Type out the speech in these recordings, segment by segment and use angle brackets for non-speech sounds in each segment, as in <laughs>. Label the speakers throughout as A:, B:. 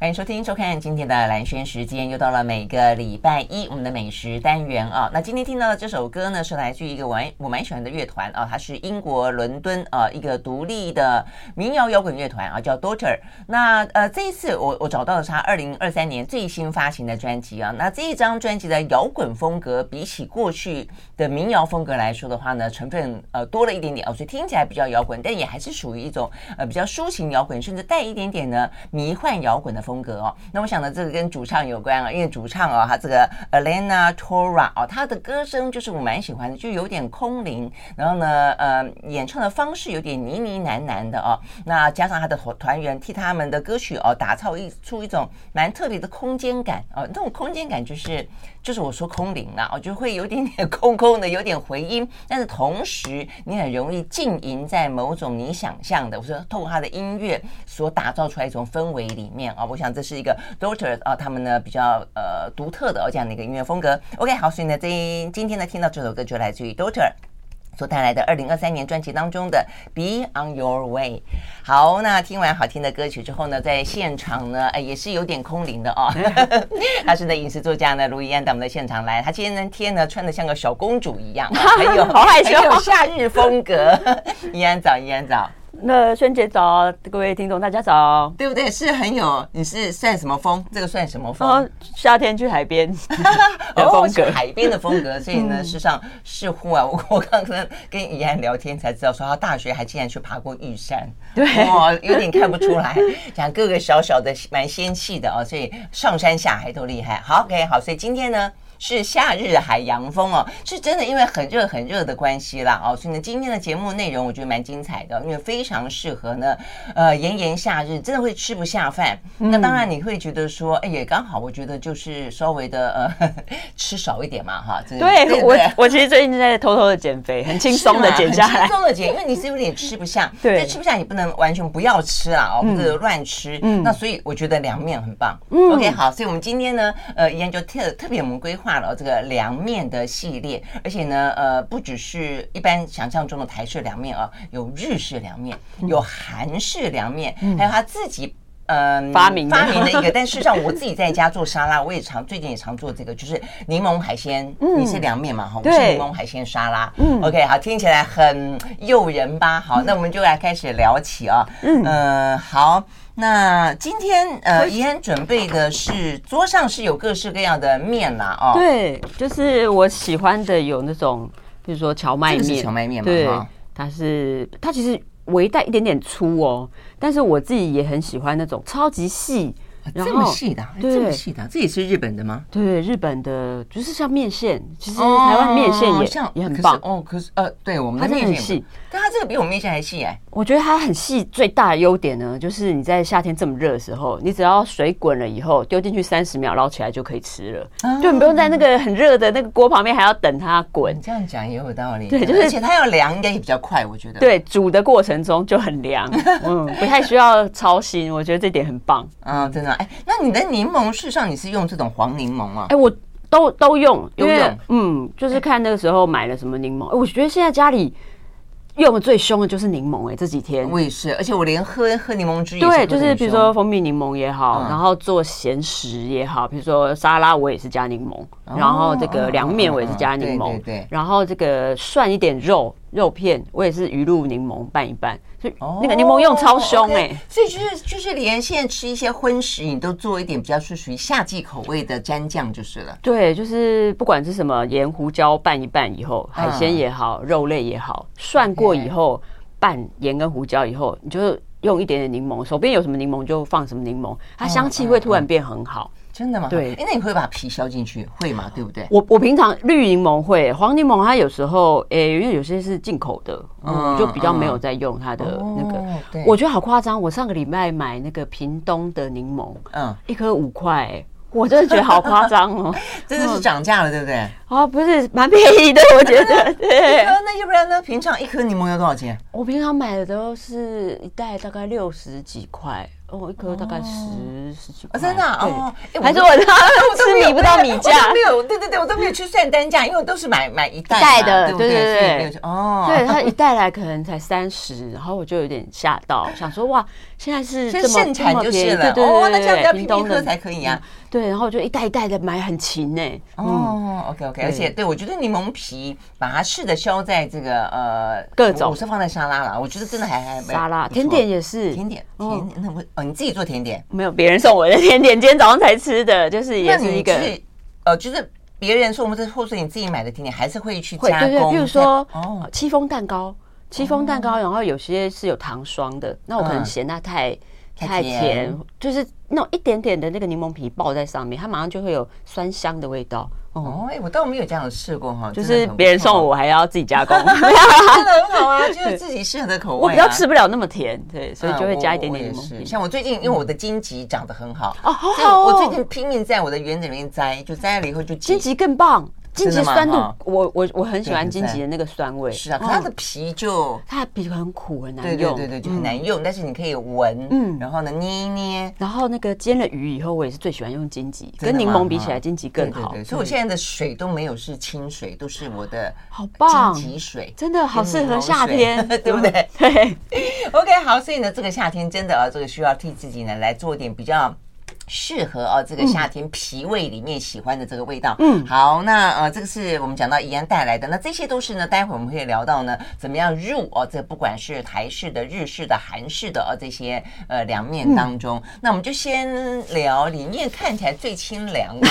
A: 欢迎收听、收看今天的蓝轩时间，又到了每个礼拜一我们的美食单元啊。那今天听到的这首歌呢，是来自一个我蛮我蛮喜欢的乐团啊，它是英国伦敦啊一个独立的民谣摇滚乐团啊，叫 Daughter。那呃，这一次我我找到的是他二零二三年最新发行的专辑啊。那这一张专辑的摇滚风格，比起过去的民谣风格来说的话呢，成分呃多了一点点哦，所以听起来比较摇滚，但也还是属于一种呃比较抒情摇滚，甚至带一点点呢迷幻摇滚的风。风格哦，那我想呢，这个跟主唱有关啊，因为主唱啊，他这个 Elena Tora 哦，他的歌声就是我蛮喜欢的，就有点空灵，然后呢，呃，演唱的方式有点呢呢喃喃的哦，那加上他的团团员替他们的歌曲哦，打造一出一种蛮特别的空间感哦，那种空间感就是就是我说空灵啦、啊，哦，就会有点点空空的，有点回音，但是同时你很容易浸淫在某种你想象的，我说透过他的音乐所打造出来一种氛围里面啊、哦，我想。这是一个 Daughter 啊，他们呢比较呃独特的、哦、这样的一个音乐风格。OK，好，所以呢，这今天呢听到这首歌就来自于 Daughter 所带来的二零二三年专辑当中的《Be on Your Way》。好，那听完好听的歌曲之后呢，在现场呢，哎，也是有点空灵的哦。 <laughs> 他是呢，饮食作家呢，卢怡安到我们的现场来，他今天呢穿的像个小公主一样，啊很 <laughs> 有
B: 好害羞，
A: 很有夏日风格。怡安早，怡安早。
B: 那萱姐早，各位听众大家早，
A: 对不对？是很有，你是算什么风？这个算什么风？
B: 哦、夏天去
A: <laughs>
B: 海边
A: 的风格，哦、嗯海边的风 <laughs> 格。所以呢，事实上是户外、啊。 <laughs> 我我刚刚跟怡安聊天才知道，说他啊大学还竟然去爬过玉山，
B: 对，
A: 哇、哦，有点看不出来。 <laughs> 讲各个小小的蛮仙气的哦，所以上山下海都厉害。好，OK，好，所以今天呢。是夏日海洋风哦，是真的，因为很热很热的关系啦哦，所以呢，今天的节目内容我觉得蛮精彩的，因为非常适合呢，呃，炎炎夏日真的会吃不下饭。嗯、那当然你会觉得说，哎、欸，也刚好，我觉得就是稍微的呃 <laughs> 吃少一点嘛哈。
B: 对，對我我其实最近在偷偷的减肥，很轻松的减下来，
A: 啊轻松的减，因为你是有点吃不
B: <laughs>
A: 下，对，吃不下你不能完全不要吃啦哦，不是乱吃。嗯、那所以我觉得凉面很棒。嗯、OK，好，所以我们今天呢，呃，研究特特别我们规划。化了这个凉面的系列，而且呢，呃，不只是一般想象中的台式凉面啊，有日式凉面，有韩式凉面，嗯、还有他自己。呃
B: 嗯，发明
A: 发明的一
B: <laughs>
A: 个，但事实上我自己在家做沙拉，我也常最近也常做这个，就是柠檬海鲜，嗯、你是凉面嘛哈，我是柠檬海鲜沙拉。嗯，OK，好，听起来很诱人吧？好，
B: 嗯
A: 那我们就来开始聊起啊。嗯、呃，好，那今天呃，怡安准备的是桌上是有各式各样的面啦，哦，
B: 对，就是我喜欢的有那种，比如说荞麦面，
A: 荞麦面嘛，
B: 对，它是它其实。微带一点点粗哦，但是我自己也很喜欢那种超级细，
A: 这么细的、啊，这么细的、啊，这也是日本的吗？
B: 对，日本的，就是像面线，其实台湾面线也、哦、也很棒
A: 哦。可是呃，对我们的
B: 它
A: 面
B: 很细，
A: 但它这个比我们面线还细哎、欸。
B: 我觉得它很细，最大的优点呢，就是你在夏天这么热的时候，你只要水滚了以后丢进去三十秒，捞起来就可以吃了，啊、就你不用在那个很热的那个锅旁边还要等它滚。
A: 你这样讲也有道理，
B: 对，就是
A: 而且它要凉应该也比较快，我觉得。
B: 对，煮的过程中就很 <laughs> 凉，嗯，不太需要操心，我觉得这点很棒。
A: 嗯，真的，哎、欸，那你的柠檬，事实上你是用这种黄柠檬啊？
B: 哎、欸，我都都用，
A: 因为
B: 嗯，就是看那个时候买了什么柠檬、欸，我觉得现在家里。用的最凶的就是柠檬哎、欸，这几天
A: 我也是，而且我连喝喝柠檬汁也
B: 对，就是比如说蜂蜜柠檬也好，嗯、然后做咸食也好，比如说沙拉我也是加柠檬，哦、然后这个凉面我也是加柠檬，
A: 哦哦、对对对，
B: 然后这个涮一点肉肉片我也是鱼露柠檬拌一拌，所以那个柠檬用
A: 哦
B: 超凶哎、欸，
A: 所以就是就是连现在吃一些荤食，你都做一点比较是属于夏季口味的蘸酱就是了。
B: 对，就是不管是什么盐胡椒拌一拌以后，海鲜也好，嗯、肉类也好，涮过。过以后拌盐跟胡椒以后，你就用一点点柠檬，手边有什么柠檬就放什么柠檬，它香气会突然变很好。
A: 真的吗？哎
B: 对
A: 诶那你会把皮削进去，会吗？对不对？
B: 我我平常绿柠檬会，黄柠檬它有时候诶、因为有些是进口的，
A: 嗯
B: 嗯，就比较没有在用它的呃那个。
A: 哦对
B: 我觉得好夸张，我上个礼拜买那个屏东的柠檬，
A: 嗯，
B: 一颗五块、欸，我真的觉得好夸张哦！ <laughs>
A: 真的是涨价了，对不对？
B: 啊，不是蛮便宜的，我觉得。对， <laughs>
A: 呃，那要不然呢？平常一颗柠檬要多少钱？
B: 我平常买的都是一袋大概六十几块，哦，一颗大概十十几
A: 啊，
B: 块。
A: 真的啊
B: 对
A: 哦，诶
B: 还是
A: 都
B: 我
A: 我都没
B: 吃
A: 有
B: 米不到米价
A: <laughs> 我都。没有，对对对，我都没有去算单价，因为我都是买买一袋
B: 一袋
A: 嘛
B: 的
A: 对不
B: 对对
A: 对所
B: 对
A: 以没有去哦，
B: 对，它一带来可能才三十，然后我就有点吓到，想说哇，现在是
A: 所以
B: 这么
A: 盛产
B: 这么
A: 就
B: 便宜
A: 是了
B: 对对
A: 哦
B: 对
A: 那这样
B: 对
A: 子要
B: 屏
A: 拼
B: 东
A: 一颗
B: 的
A: 才可以啊
B: 嗯对，然后我就一袋一袋的买，很勤呢。嗯，
A: 哦，OK OK，
B: 对
A: 而且对我觉得柠檬皮把它试着削在这个呃
B: 各种
A: 我我是放在沙拉啦，我觉得真的还还
B: 沙
A: 不
B: 拉、
A: 错
B: 甜点也是，
A: 甜点
B: 哦
A: 甜点那我哦你自己做甜点，
B: 没有别人送我的甜点，今天早上才吃的，就是
A: 那
B: 也是
A: 你
B: 一个
A: 去呃就是别人说我们这或者你自己买的甜点还是会去
B: 会
A: 加
B: 对对，
A: 工，
B: 譬如说
A: 对哦
B: 呃戚风蛋糕，戚风蛋糕，然后有些是有糖霜的，那我可能嫌它太。
A: 嗯太
B: 太
A: 甜
B: 甜，就是那种一点点的那个柠檬皮爆在上面，它马上就会有酸香的味道。哦，
A: 哦哎我倒没有这样试过哈，
B: 就是别人送
A: 我。
B: 我还要自己加工，
A: <laughs> 真的很好啊，就是自己适合的口味、啊。
B: 我比较吃不了那么甜，对，所以
A: 嗯，
B: 就会加一点
A: 我
B: 点柠
A: 我也
B: 檬
A: 是
B: 皮。
A: 像我最近，因为我的荆棘长得很好，
B: 哦，好
A: 所以
B: 好
A: 我最
B: 哦，
A: 近拼命在我的园子里面摘，就摘了以后就
B: 荆棘更棒，荆棘
A: 真的吗
B: 酸度
A: 哈，
B: 我我我很喜
A: 对
B: 欢
A: 很
B: 荆
A: 赞
B: 棘的那个酸味。
A: 是啊，可
B: 嗯
A: 它的皮就。
B: 它的皮很苦，很难
A: 对对
B: 用。
A: 对对，就
B: 嗯
A: 很难用，但是你可以闻，嗯，
B: 嗯
A: 然后呢捏一捏，
B: 然后那个煎了鱼以后，我也是最喜欢用荆棘，
A: 真的
B: 跟柠
A: 吗
B: 檬比
A: 哈
B: 起来，荆棘
A: 对
B: 更
A: 对
B: 好
A: 对。所以我现在的水都没有是清水，都是我的
B: 好棒
A: 荆棘水，
B: 真的好
A: 跟
B: 适
A: 柠
B: 合
A: 檬
B: 夏
A: 水 <laughs>
B: 天，<laughs>
A: 对不对？
B: 对，
A: OK，好，所以呢，这个夏天真的啊，这个需要替自己呢来做点比较。适合啊，这个夏天脾胃里面喜欢的这个味道。嗯，好，那呃，这个是我们讲到怡安带来的，那这些都是呢，待会我们会聊到呢，怎么样入哦、这不管是台式的、日式的、韩式的哦、这些呃凉面当中，
B: 嗯
A: 那我们就先聊里面看起来最清凉 <laughs> 的，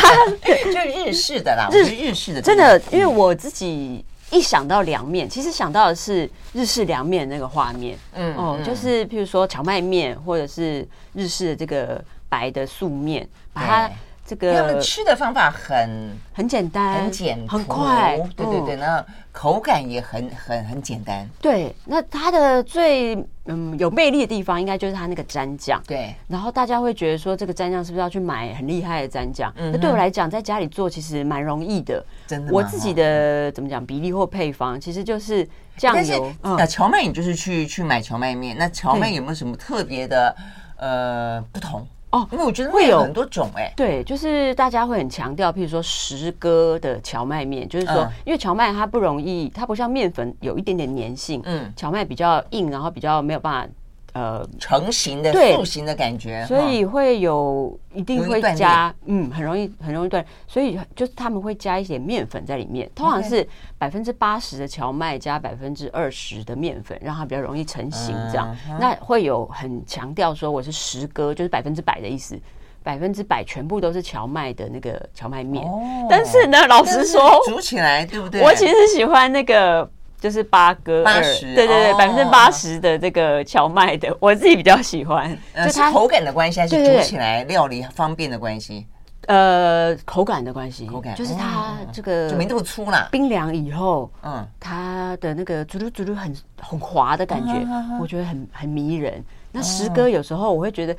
A: 就日式的啦，我觉得日式的
B: 真的，因为我自己一想到凉面，其实想到的是日式凉面那个画面。
A: 嗯
B: 哦，
A: 嗯
B: 就是譬如说荞麦面，或者是日式的这个白的素面，把它
A: 对
B: 这
A: 因为他们
B: 个
A: 吃的方法很
B: 很简单，
A: 很简
B: 嗯很快
A: 朴，对对对，
B: 嗯
A: 那口感也很很很简单，
B: 对。那它的最嗯有魅力的地方，应该就是它那个蘸酱。
A: 对，
B: 然后大家会觉得说，这个蘸酱是不是要去买很厉害的蘸酱？
A: 嗯哼
B: 那对我来讲，在家里做其实蛮容易的。
A: 真的吗。
B: 我自己的怎么讲比例或配方，其实就是
A: 哈，
B: 酱
A: 但是
B: 油。嗯
A: 呃，荞麦你就是去去买荞麦面，那荞麦
B: 对
A: 有没有什么特别的呃不同？
B: 哦
A: 因为我觉得
B: 会
A: 会有
B: 有
A: 很多种哎，
B: 对，就是大家会很强调，譬如说石哥的荞麦面，就是说
A: 嗯，
B: 因为荞麦它不容易，它不像面粉有一点点粘性，
A: 嗯，
B: 荞麦比较硬，然后比较没有办法，呃，
A: 成型的
B: 对
A: 塑形的感觉，
B: 所
A: 哈
B: 以会有一定
A: 容易
B: 会
A: 断
B: 加，嗯，很容易很容易断，所以就是他们会加一点面粉在里面，通常
A: OK
B: 是百分之八十的荞麦加百分之二十的面粉，让它比较容易成型。这样，
A: 嗯
B: 那会有很强调说我是十哥，就是百分之百的意思。百分之百全部都是荞麦的那个荞麦面，
A: 哦
B: 但是呢，老实说，
A: 煮起来对不对？
B: 我其实喜欢那个就是八哥二
A: 80
B: 对对对，
A: 哦
B: 百分之八十的这个荞麦的，我自己比较喜欢，
A: 呃是
B: 它
A: 口感的关系，还是
B: 对对
A: 煮
B: 对
A: 起来料理方便的关系？
B: 呃口感的关系，
A: 口感
B: 就是
A: 哦
B: 它
A: 哦哦
B: 这
A: 就没那
B: 个
A: 么粗啦，
B: 冰凉以后，
A: 嗯，
B: 它的那个滋噜滋噜很很滑的感觉
A: 啊啊啊，
B: 我觉得很很迷人。那石哥有时候我会觉得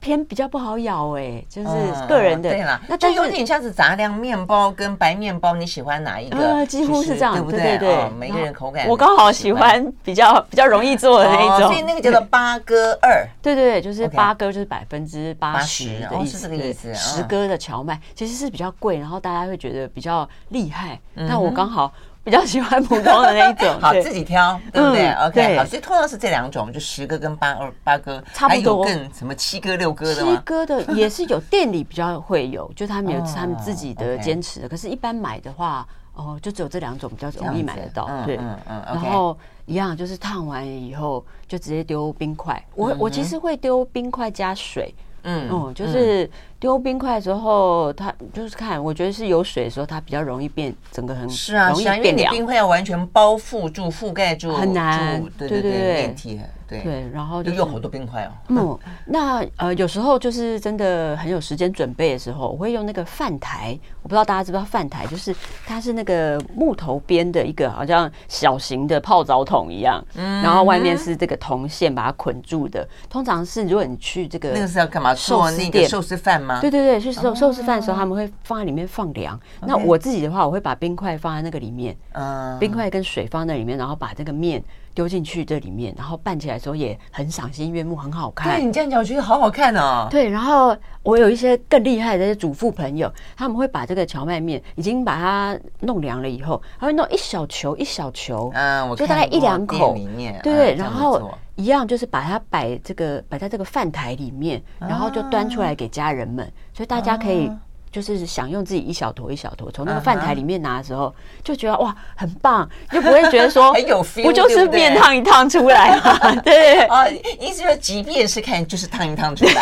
B: 偏比较不好咬，哎，就是
A: 嗯
B: 个人的
A: 对啦，
B: 那
A: 就
B: 但
A: 有
B: 是
A: 点像是杂粮面包跟白面包，你喜欢哪一个？
B: 呃几乎
A: 就是
B: 这样，
A: 对不
B: 对对对
A: 哦，每个人口感，
B: 我刚好喜欢比较比较容易做的那一
A: 哦
B: 种，
A: 所以那个叫做八哥二。
B: 对对对，就是
A: OK
B: 八哥，就是百分之八
A: 80
B: 十的
A: 哦
B: 意
A: 是这
B: 思，
A: 个意思嗯
B: 十哥的荞麦其实是比较贵，然后大家会觉得比较厉害，但我刚好比较喜欢普通的那一
A: <laughs>
B: 种，
A: 嗯好，
B: 对
A: 自己挑，对不对
B: 嗯
A: ？OK，
B: 对
A: 好，所以通常是这两种，就十个跟八二八哥，
B: 差不多
A: 还有更什么七哥六哥的
B: 七
A: 吗？
B: 哥的也是有店里比较会有， <laughs> 就他们有
A: 哦
B: 他们自己的
A: OK
B: 坚持的，可是一般买的话，哦，就只有这两种比较容易买得到
A: 这样，子
B: 对，
A: 嗯嗯嗯
B: 然
A: ，OK
B: 后一样就是烫完以后就直接丢冰块，我我其实会丢冰块加水，
A: 嗯
B: 嗯，就是丢冰块之后，它就是看，我觉得是有水的时候，它比较容易变，整个很
A: 是啊，
B: 容
A: 是
B: 易
A: 啊，因为
B: 变
A: 你
B: 凉。
A: 冰块要完全包覆住、覆盖住，
B: 很难
A: 住对对
B: 对对
A: 对，
B: 对
A: 炼体，对，
B: 对，然后就
A: 又
B: 是
A: 有好多冰块哦。
B: 嗯，那呃，有时候就是真的很有时间准备的时候，我会用那个饭台。我不知道大家知不知道饭台，就是它是那个木头边的一个好像小型的泡澡桶一样，
A: 嗯
B: 然后外面是这个铜线把它捆住的。通常是如果你去这
A: 那
B: 个
A: 个是要干嘛？
B: 寿
A: 做
B: 司
A: 那个
B: 店
A: 寿司饭吗？
B: 对对对，去
A: 哦
B: 寿寿司饭的时候，他们会放在里面放凉。那我自己的话，我会把冰块放在那个里面，
A: 嗯，
B: 冰块跟水放在里面，然后把这个面丢进去这里面，然后拌起来的时候也很赏心悦目，很好看。
A: 对你这样讲，我觉得好好看哦。
B: 对，然后我有一些更厉害的一些主妇朋友，他们会把这个荞麦面已经把它弄凉了以后，还会弄一小球一小球，
A: 嗯，我
B: 就大概
A: 看过
B: 一两
A: 店
B: 口
A: 里面，
B: 对
A: 嗯
B: 对，
A: 这
B: 然
A: 样子
B: 后
A: 做
B: 一样就是把它摆这个摆在这个饭台里面，
A: 啊
B: 然后就端出来给家人们，所以大家可以。就是享用自己一小坨一小坨，从
A: 啊
B: 那个饭台里面拿的时候，就觉得哇，很棒，就不会觉得
A: <laughs>
B: 说
A: 很有 feel，
B: 不就
A: 对
B: 是
A: 不对
B: 面烫一烫出来嘛？对，
A: <laughs> 啊，意思说，即便是看就是烫一烫出
B: <laughs>
A: 来，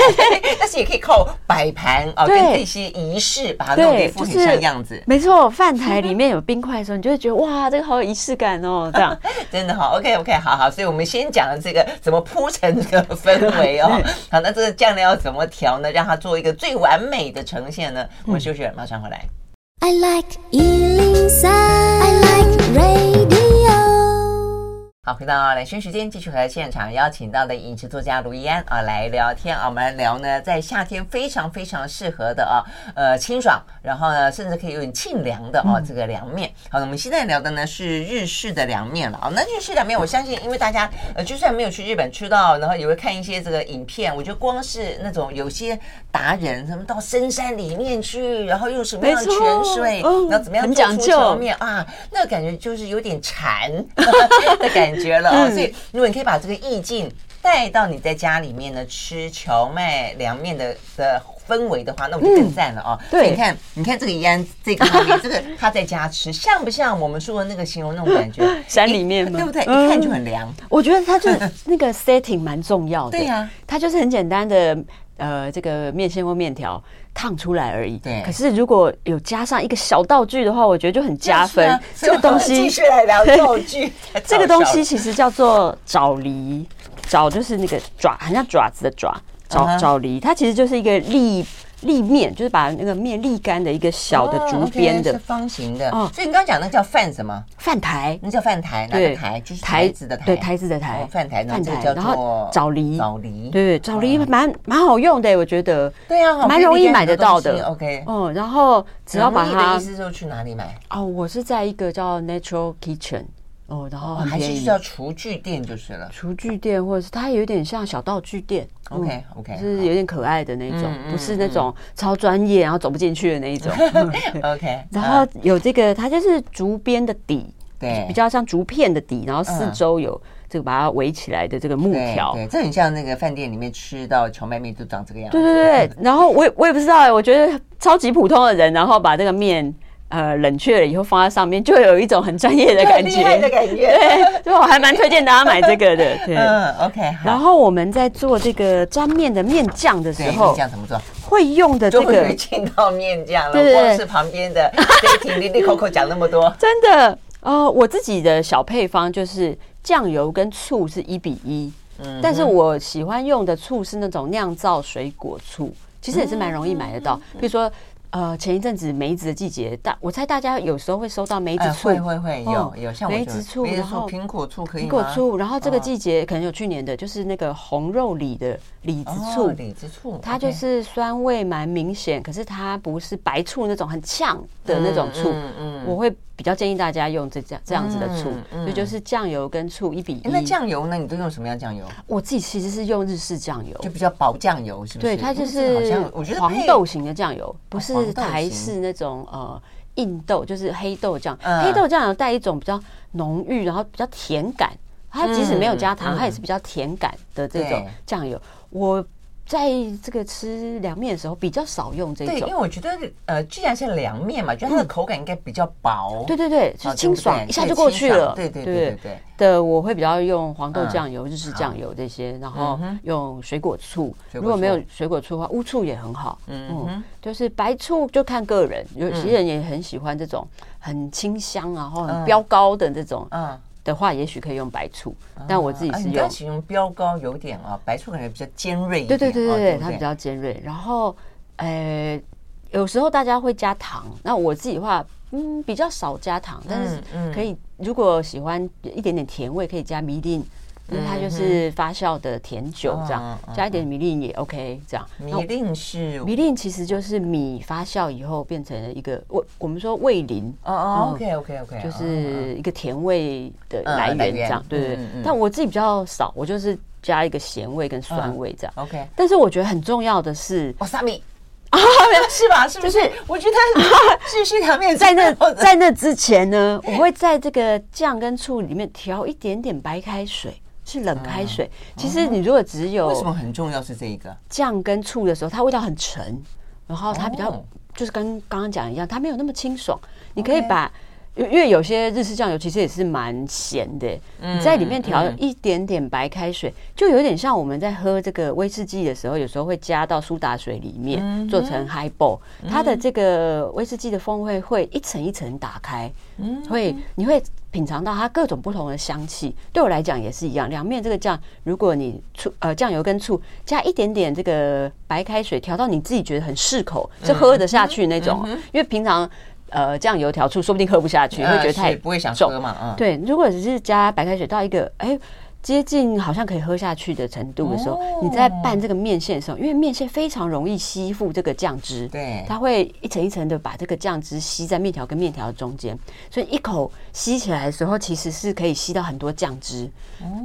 A: 但是也可以靠摆盘啊，跟
B: 对
A: 这些仪式把它弄得一
B: 对，
A: 副
B: 就
A: 很
B: 是
A: 像样子，
B: 没错，饭台里面有冰块的时候，你就会觉得哇，这个好有仪式感哦，这样。
A: 真的好。OK OK，好好，所以我们先讲了这个怎么铺陈这个氛围
B: <laughs>
A: 哦。好，那这个酱料要怎么调呢？让它做一个最完美的呈现呢？我们休息了，马上回来。
C: I like Ealing Sound. I like radio.
A: 好，回到啊蓝轩时间，继续和现场邀请到的饮食作家卢怡安啊来聊天啊，我们来聊呢，在夏天非常非常适合的啊，呃，清爽，然后呢，甚至可以有点沁凉的
B: 嗯
A: 啊，这个凉面。好，那我们现在聊的呢是日式的凉面了啊。那日式凉面，我相信，因为大家呃，就算没有去日本吃到，然后也会看一些这个影片，我觉得光是那种有些达人，他们到深山里面去，然后用什么样的
B: 没错
A: 泉水，
B: 嗯
A: 然后怎么样
B: 很
A: 做
B: 讲
A: 出
B: 究
A: 荞面。面啊，那个感觉就是有点
B: <laughs>
A: 馋的感觉了哦。
B: 嗯
A: 所以如果你可以把这个意境带到你在家里面呢吃荞麦凉面的的氛围的话，那我们就更赞了哦。
B: 嗯对
A: 所以你看，你看这个怡安这个画面，这个他在家吃，像不像我们说的那个形容那种感觉？
B: <laughs> 山里面吗
A: 对不对？
B: 嗯
A: 一看就很凉。
B: 我觉得
A: <laughs>
B: 它就是那个 setting 蛮重要的。
A: 对啊呀
B: 它就是很简单的呃，这个面线或面条烫出来而已。
A: 对
B: 可是如果有加上一个小道具的话，我觉得就很加分。
A: 是
B: 这
A: 啊
B: 个东
A: 所以我们继，
B: 西。
A: 续来聊道具
B: <laughs> 这个东西其实叫做爪梨，爪就是那个爪，很像爪子的爪，
A: 嗯哼
B: 爪爪梨，它其实就是一个立立面，就是把那个面沥干的一个小的
A: 哦
B: 竹
A: ，OK，
B: 编的
A: 是方形的。
B: 哦
A: 所以你刚刚讲那个叫饭什么？
B: 饭台。
A: 那叫饭台，哪个台？就是台子的台，
B: 对台子的台
A: 哦，饭台，那
B: 饭
A: 这个
B: 台，
A: 叫
B: 然后
A: 做
B: 枣梨，
A: 枣梨，
B: 对，枣梨蛮蛮好用的，我觉得。
A: 对啊，
B: 蛮容易买得到的
A: OK，
B: 哦，然后只要把
A: 容易的意
B: 它
A: 思就是去哪里买？
B: 哦，我是在一个叫 Natural Kitchen 哦，然
A: 哦
B: 后很
A: 还
B: 便
A: 是
B: 宜
A: 叫厨具店就是了。
B: 厨具店，或者是它有点像小道具店。嗯
A: OK OK，
B: 就是有点可爱的那种
A: 嗯嗯，
B: 不是那种超专业然后走不进去的那一 <laughs> 种。
A: OK，
B: 然
A: 啊
B: 后有这个，它就是竹编的底，
A: 对
B: 比较像竹片的底，然后四
A: 嗯
B: 周有这个把它围起来的这个木
A: 对
B: 条。
A: 对，这很像那个饭店里面吃到荞麦面就长这个样子。嗯
B: 对对对，然后我也我也不知道哎、我觉得超级普通的人，然后把这个面呃冷却了以后放在上面，就有一种很专业的感
A: 很厉害的
B: 觉。
A: 感觉。
B: <laughs> 对，所以我还蛮推荐大家买这
A: <laughs>
B: 个的。对，
A: 嗯，OK，好。
B: 然后我们在做这个沾面的面酱的时
A: 对，
B: 候
A: 面，酱怎么做？
B: 会用的这
A: 终
B: 个
A: 于进到面酱
B: 对
A: 了，
B: 对对
A: 光是旁边的 dating Lily Coco 讲那么多，
B: 真的呃，我自己的小配方就是酱油跟醋是一比一，
A: 嗯
B: 但是我喜欢用的醋是那种酿造水果醋，其实也是蛮容易买得到。
A: 嗯
B: 比如说，呃，前一阵子梅子的季节，大我猜大家有时候会收到 <laughs> 梅子
A: 哎
B: 醋，
A: 会会会有
B: 哦
A: 有，像我
B: 梅
A: 就
B: 子醋，
A: 梅子
B: 然
A: 醋、
B: 后
A: 苹果醋可以
B: 苹果
A: 吗
B: 醋，然后这个
A: 哦
B: 季节可能有去年的，就是那个红肉李的李子
A: 哦
B: 醋。
A: 李子醋，
B: 它就
A: OK
B: 是酸味蛮明显，可是它不是白醋那种很呛的那种醋，
A: 嗯嗯
B: 我会比较建议大家用这这样这样子的醋
A: 嗯，嗯
B: 所以就是酱油跟醋一比一。
A: 诶那酱油呢？你都用什么样酱油？
B: 我自己其实是用日式酱油
A: 就，比较薄酱油，是不是？
B: 对，它就
A: 因为这个好
B: 是
A: 像我觉得
B: 黄
A: 配哦
B: 豆型的酱油，不
A: 黄
B: 是
A: 豆
B: 台
A: 型
B: 式那种呃硬豆，就是黑豆酱。
A: 嗯
B: 黑豆酱有带一种比较浓郁，然后比较甜感。它即使没有加糖，
A: 嗯
B: 它也是比较甜感的这种
A: 对
B: 酱油。我在这个吃凉面的时候比较少用这
A: 对，因
B: 种嗯
A: 为。我觉得呃，既然是凉面嘛，觉得它的口感应该比较薄。
B: 对对对，
A: 哦对
B: 就是清
A: 不对
B: 爽，一下
A: 对
B: 就过
A: 清
B: 去
A: 爽
B: 了。
A: 对对对对对
B: 的，我会比较用黄豆
A: 嗯
B: 酱油、日式酱油这些，然后用水果醋。
A: 水
B: 如
A: 果
B: 果没有
A: 醋
B: 水果醋的话，乌醋也很好。
A: 嗯
B: 嗯，就是白醋就看个人，有些人也很喜欢这种很清香啊，然后很
A: 嗯
B: 飙高的这种
A: 嗯，
B: 的话，也许可以用白醋，但我自己
A: 啊
B: 是
A: 你刚
B: 用
A: 才。形容标高有点啊，白醋感觉比较尖锐一
B: 对
A: 点，
B: 对对
A: 哦
B: 对
A: 对
B: 对，
A: 不
B: 它比
A: 对
B: 较尖锐。然后，呃，有时候大家会加糖，那我自己的话，嗯，比较少加糖，但是
A: 嗯嗯
B: 可以，如果喜欢一点点甜味，可以加米粒。因为它就是发酵的甜酒，这样、
A: 嗯嗯
B: 加一点米粒也 OK，这样。那
A: 米令是
B: 米粒其实就是米发酵以后变成了一个味，我们说味淋，
A: 哦哦，OK OK OK，
B: 就
A: 嗯
B: 是一个甜味的
A: 嗯
B: 来
A: 来
B: 源，这
A: 源
B: 样。对对对
A: 嗯嗯嗯
B: 但我自己比较少，我就是加一个咸味跟酸味这样。
A: 哦 OK。
B: 但是我觉得很重要的是，
A: 哇哦萨米 <laughs> 啊，是吧？是不是？我 <laughs> 觉得是是两面
B: 在那
A: 之 <laughs> 后的
B: 在那之前呢，我会在这个酱跟醋里面调一点点白开水，是冷开水。其实你如果只
A: 啊为什么
B: 有
A: 很重要是这一个？
B: 酱跟醋的时候，它味道很沉，然后它比较
A: 哦
B: 就是跟刚刚讲的一样，它没有那么清爽。你可以
A: OK
B: 把。因为因为有些日式酱油其实也是蛮咸的，你在里面调
A: 嗯
B: 一点点白开水，就有点像我们在喝这个威士忌的时候，有时候会加到苏打水里
A: 嗯
B: 面做成 highball，它的这个威士忌的风味会一层一层打开，
A: 嗯
B: 会你会品尝到它各种不同的香气。对我来讲也是一样，两面这个酱，如果你醋呃酱油跟醋加一点点这个白开水，调到你自己觉得很适口，是喝得下去那
A: 嗯
B: 种哦，因为平常。呃，酱油调醋，说不定喝不下去，会觉
A: 呃
B: 得太
A: 是不会想
B: 重
A: 喝嘛？嗯，
B: 对，如果只是加白开水到一个哎、接近好像可以喝下去的程度的时候，
A: 哦
B: 你在拌这个面线的时候，因为面线非常容易吸附这个酱汁，
A: 对
B: 它会一层一层的把这个酱汁吸在面条跟面条中间，所以一口吸起来的时候，其实是可以吸到很多酱汁，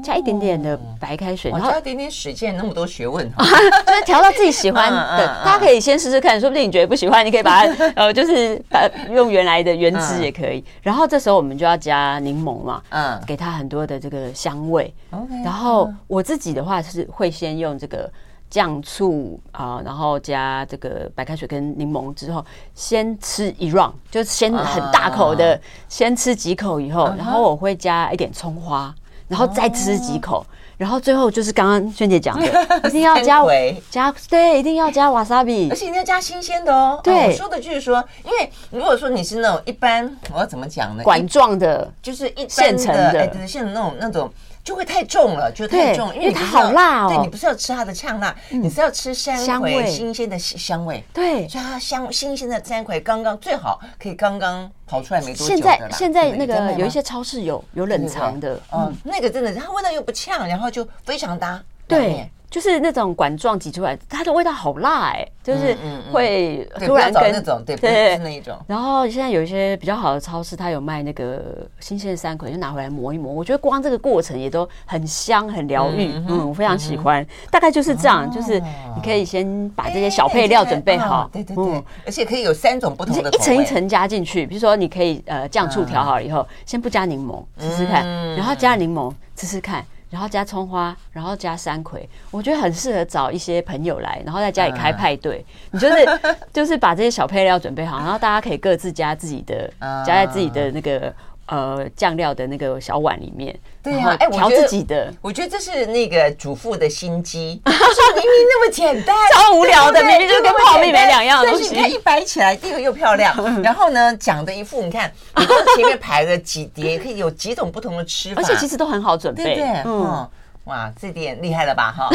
B: 加一点点的白开水，
A: 我
B: 然
A: 哦
B: 后
A: 加一点点史见那么多学问哈，
B: <laughs> 就是调到自己喜欢
A: 嗯 <laughs> 嗯
B: 的
A: 嗯，
B: 大家可以先试试看，说不定你觉得不喜欢，你可以把它 <laughs> 呃，就是把用原来的原汁也可以。然后这时候我们就要加柠檬嘛，
A: 嗯
B: 给它很多的这个香味。
A: ，OK。
B: 然后我自己的话是会先用这个酱醋啊、然后加这个白开水跟柠檬之后，先吃一 round，就是先很大口
A: 啊
B: 的先吃几口以
A: 嗯
B: 后，然后我会加一点葱花，然后再吃几
A: 哦
B: 口，然后最后就是刚刚萱姐讲的，
A: <laughs>
B: 一定要加
A: 三葵
B: 加对，一定要加
A: <laughs>
B: wasabi
A: 而。且一定要加新鲜的哦。
B: 对
A: 啊我说的就是说，因为如果说你是那种一般，我要怎么讲呢？
B: 管
A: 一
B: 状的，
A: 就是一般
B: 现成的
A: 哎，对，现成那种那种。就会太重了，就太
B: 对
A: 重，
B: 因为
A: 你不
B: 它
A: 是要
B: 好辣哦
A: 对
B: 嗯
A: 你不是要吃它的呛辣，你是要吃山
B: 香味
A: 葵新鲜的香味。
B: 对，
A: 所以它香新鲜的山葵刚刚最好可以刚刚刨出来没多久
B: 现
A: 的啦
B: 在现在
A: 对不
B: 那
A: 对
B: 个
A: 在卖
B: 有一
A: 吗
B: 些超市有有冷藏的，
A: 哦，那个真的，它味道又不呛，然后就非常搭。拉
B: 对
A: 面，
B: 就是那种管状挤出来，它的味道好辣哎、就是
A: 嗯嗯嗯
B: 会
A: 对，不
B: 突
A: 要
B: 然
A: 找
B: 跟
A: 那种，嗯对，不是那一种。
B: 然后现在有一些比较好的超市，它有卖那个新鲜的山葵，就拿回来磨一磨。我觉得光这个过程也都很香、很疗愈，嗯我非常喜欢。大概就是这样，就是
A: 哦
B: 你可以先把
A: 哎
B: 这些小配料准备好，
A: 哎对对
B: 嗯
A: 对，而且可以有三种不
B: 你
A: 同
B: 是
A: 的
B: 一层
A: 口
B: 一
A: 味
B: 层加进去，比如说你可以呃酱醋调好了以后，
A: 嗯
B: 先不加柠檬试试看，然后加柠檬试试看，然后加葱花，然后加山葵，我觉得很适合找一些朋友来，然后在家里开派对，
A: 嗯
B: 你就是 <laughs> 就是把这些小配料准备好，然后大家可以各自加自己的，
A: 啊
B: 加在自己的那个呃酱料的那个小碗里面，
A: 对
B: 然
A: 啊
B: 后
A: 哎我
B: 调
A: 觉
B: 自
A: 得
B: 己的。
A: 我觉得这是那个主妇的心机，就是明明那么简单，
B: <laughs> 超无聊的
A: 对不对
B: 明明就跟
A: 那么
B: 泡面没两样的
A: 简单
B: 东
A: 但是
B: 西嗯
A: 你看一摆起来，第一个又漂亮，然后呢，讲的一副你看，你光前面排了几碟，可以有几种不同的吃法，
B: <laughs> 而且其实都很好准备，
A: 对不对？嗯，哇，这点厉害了吧 <laughs> 哈！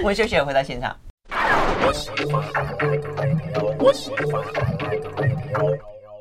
A: 我们休息了回到现场。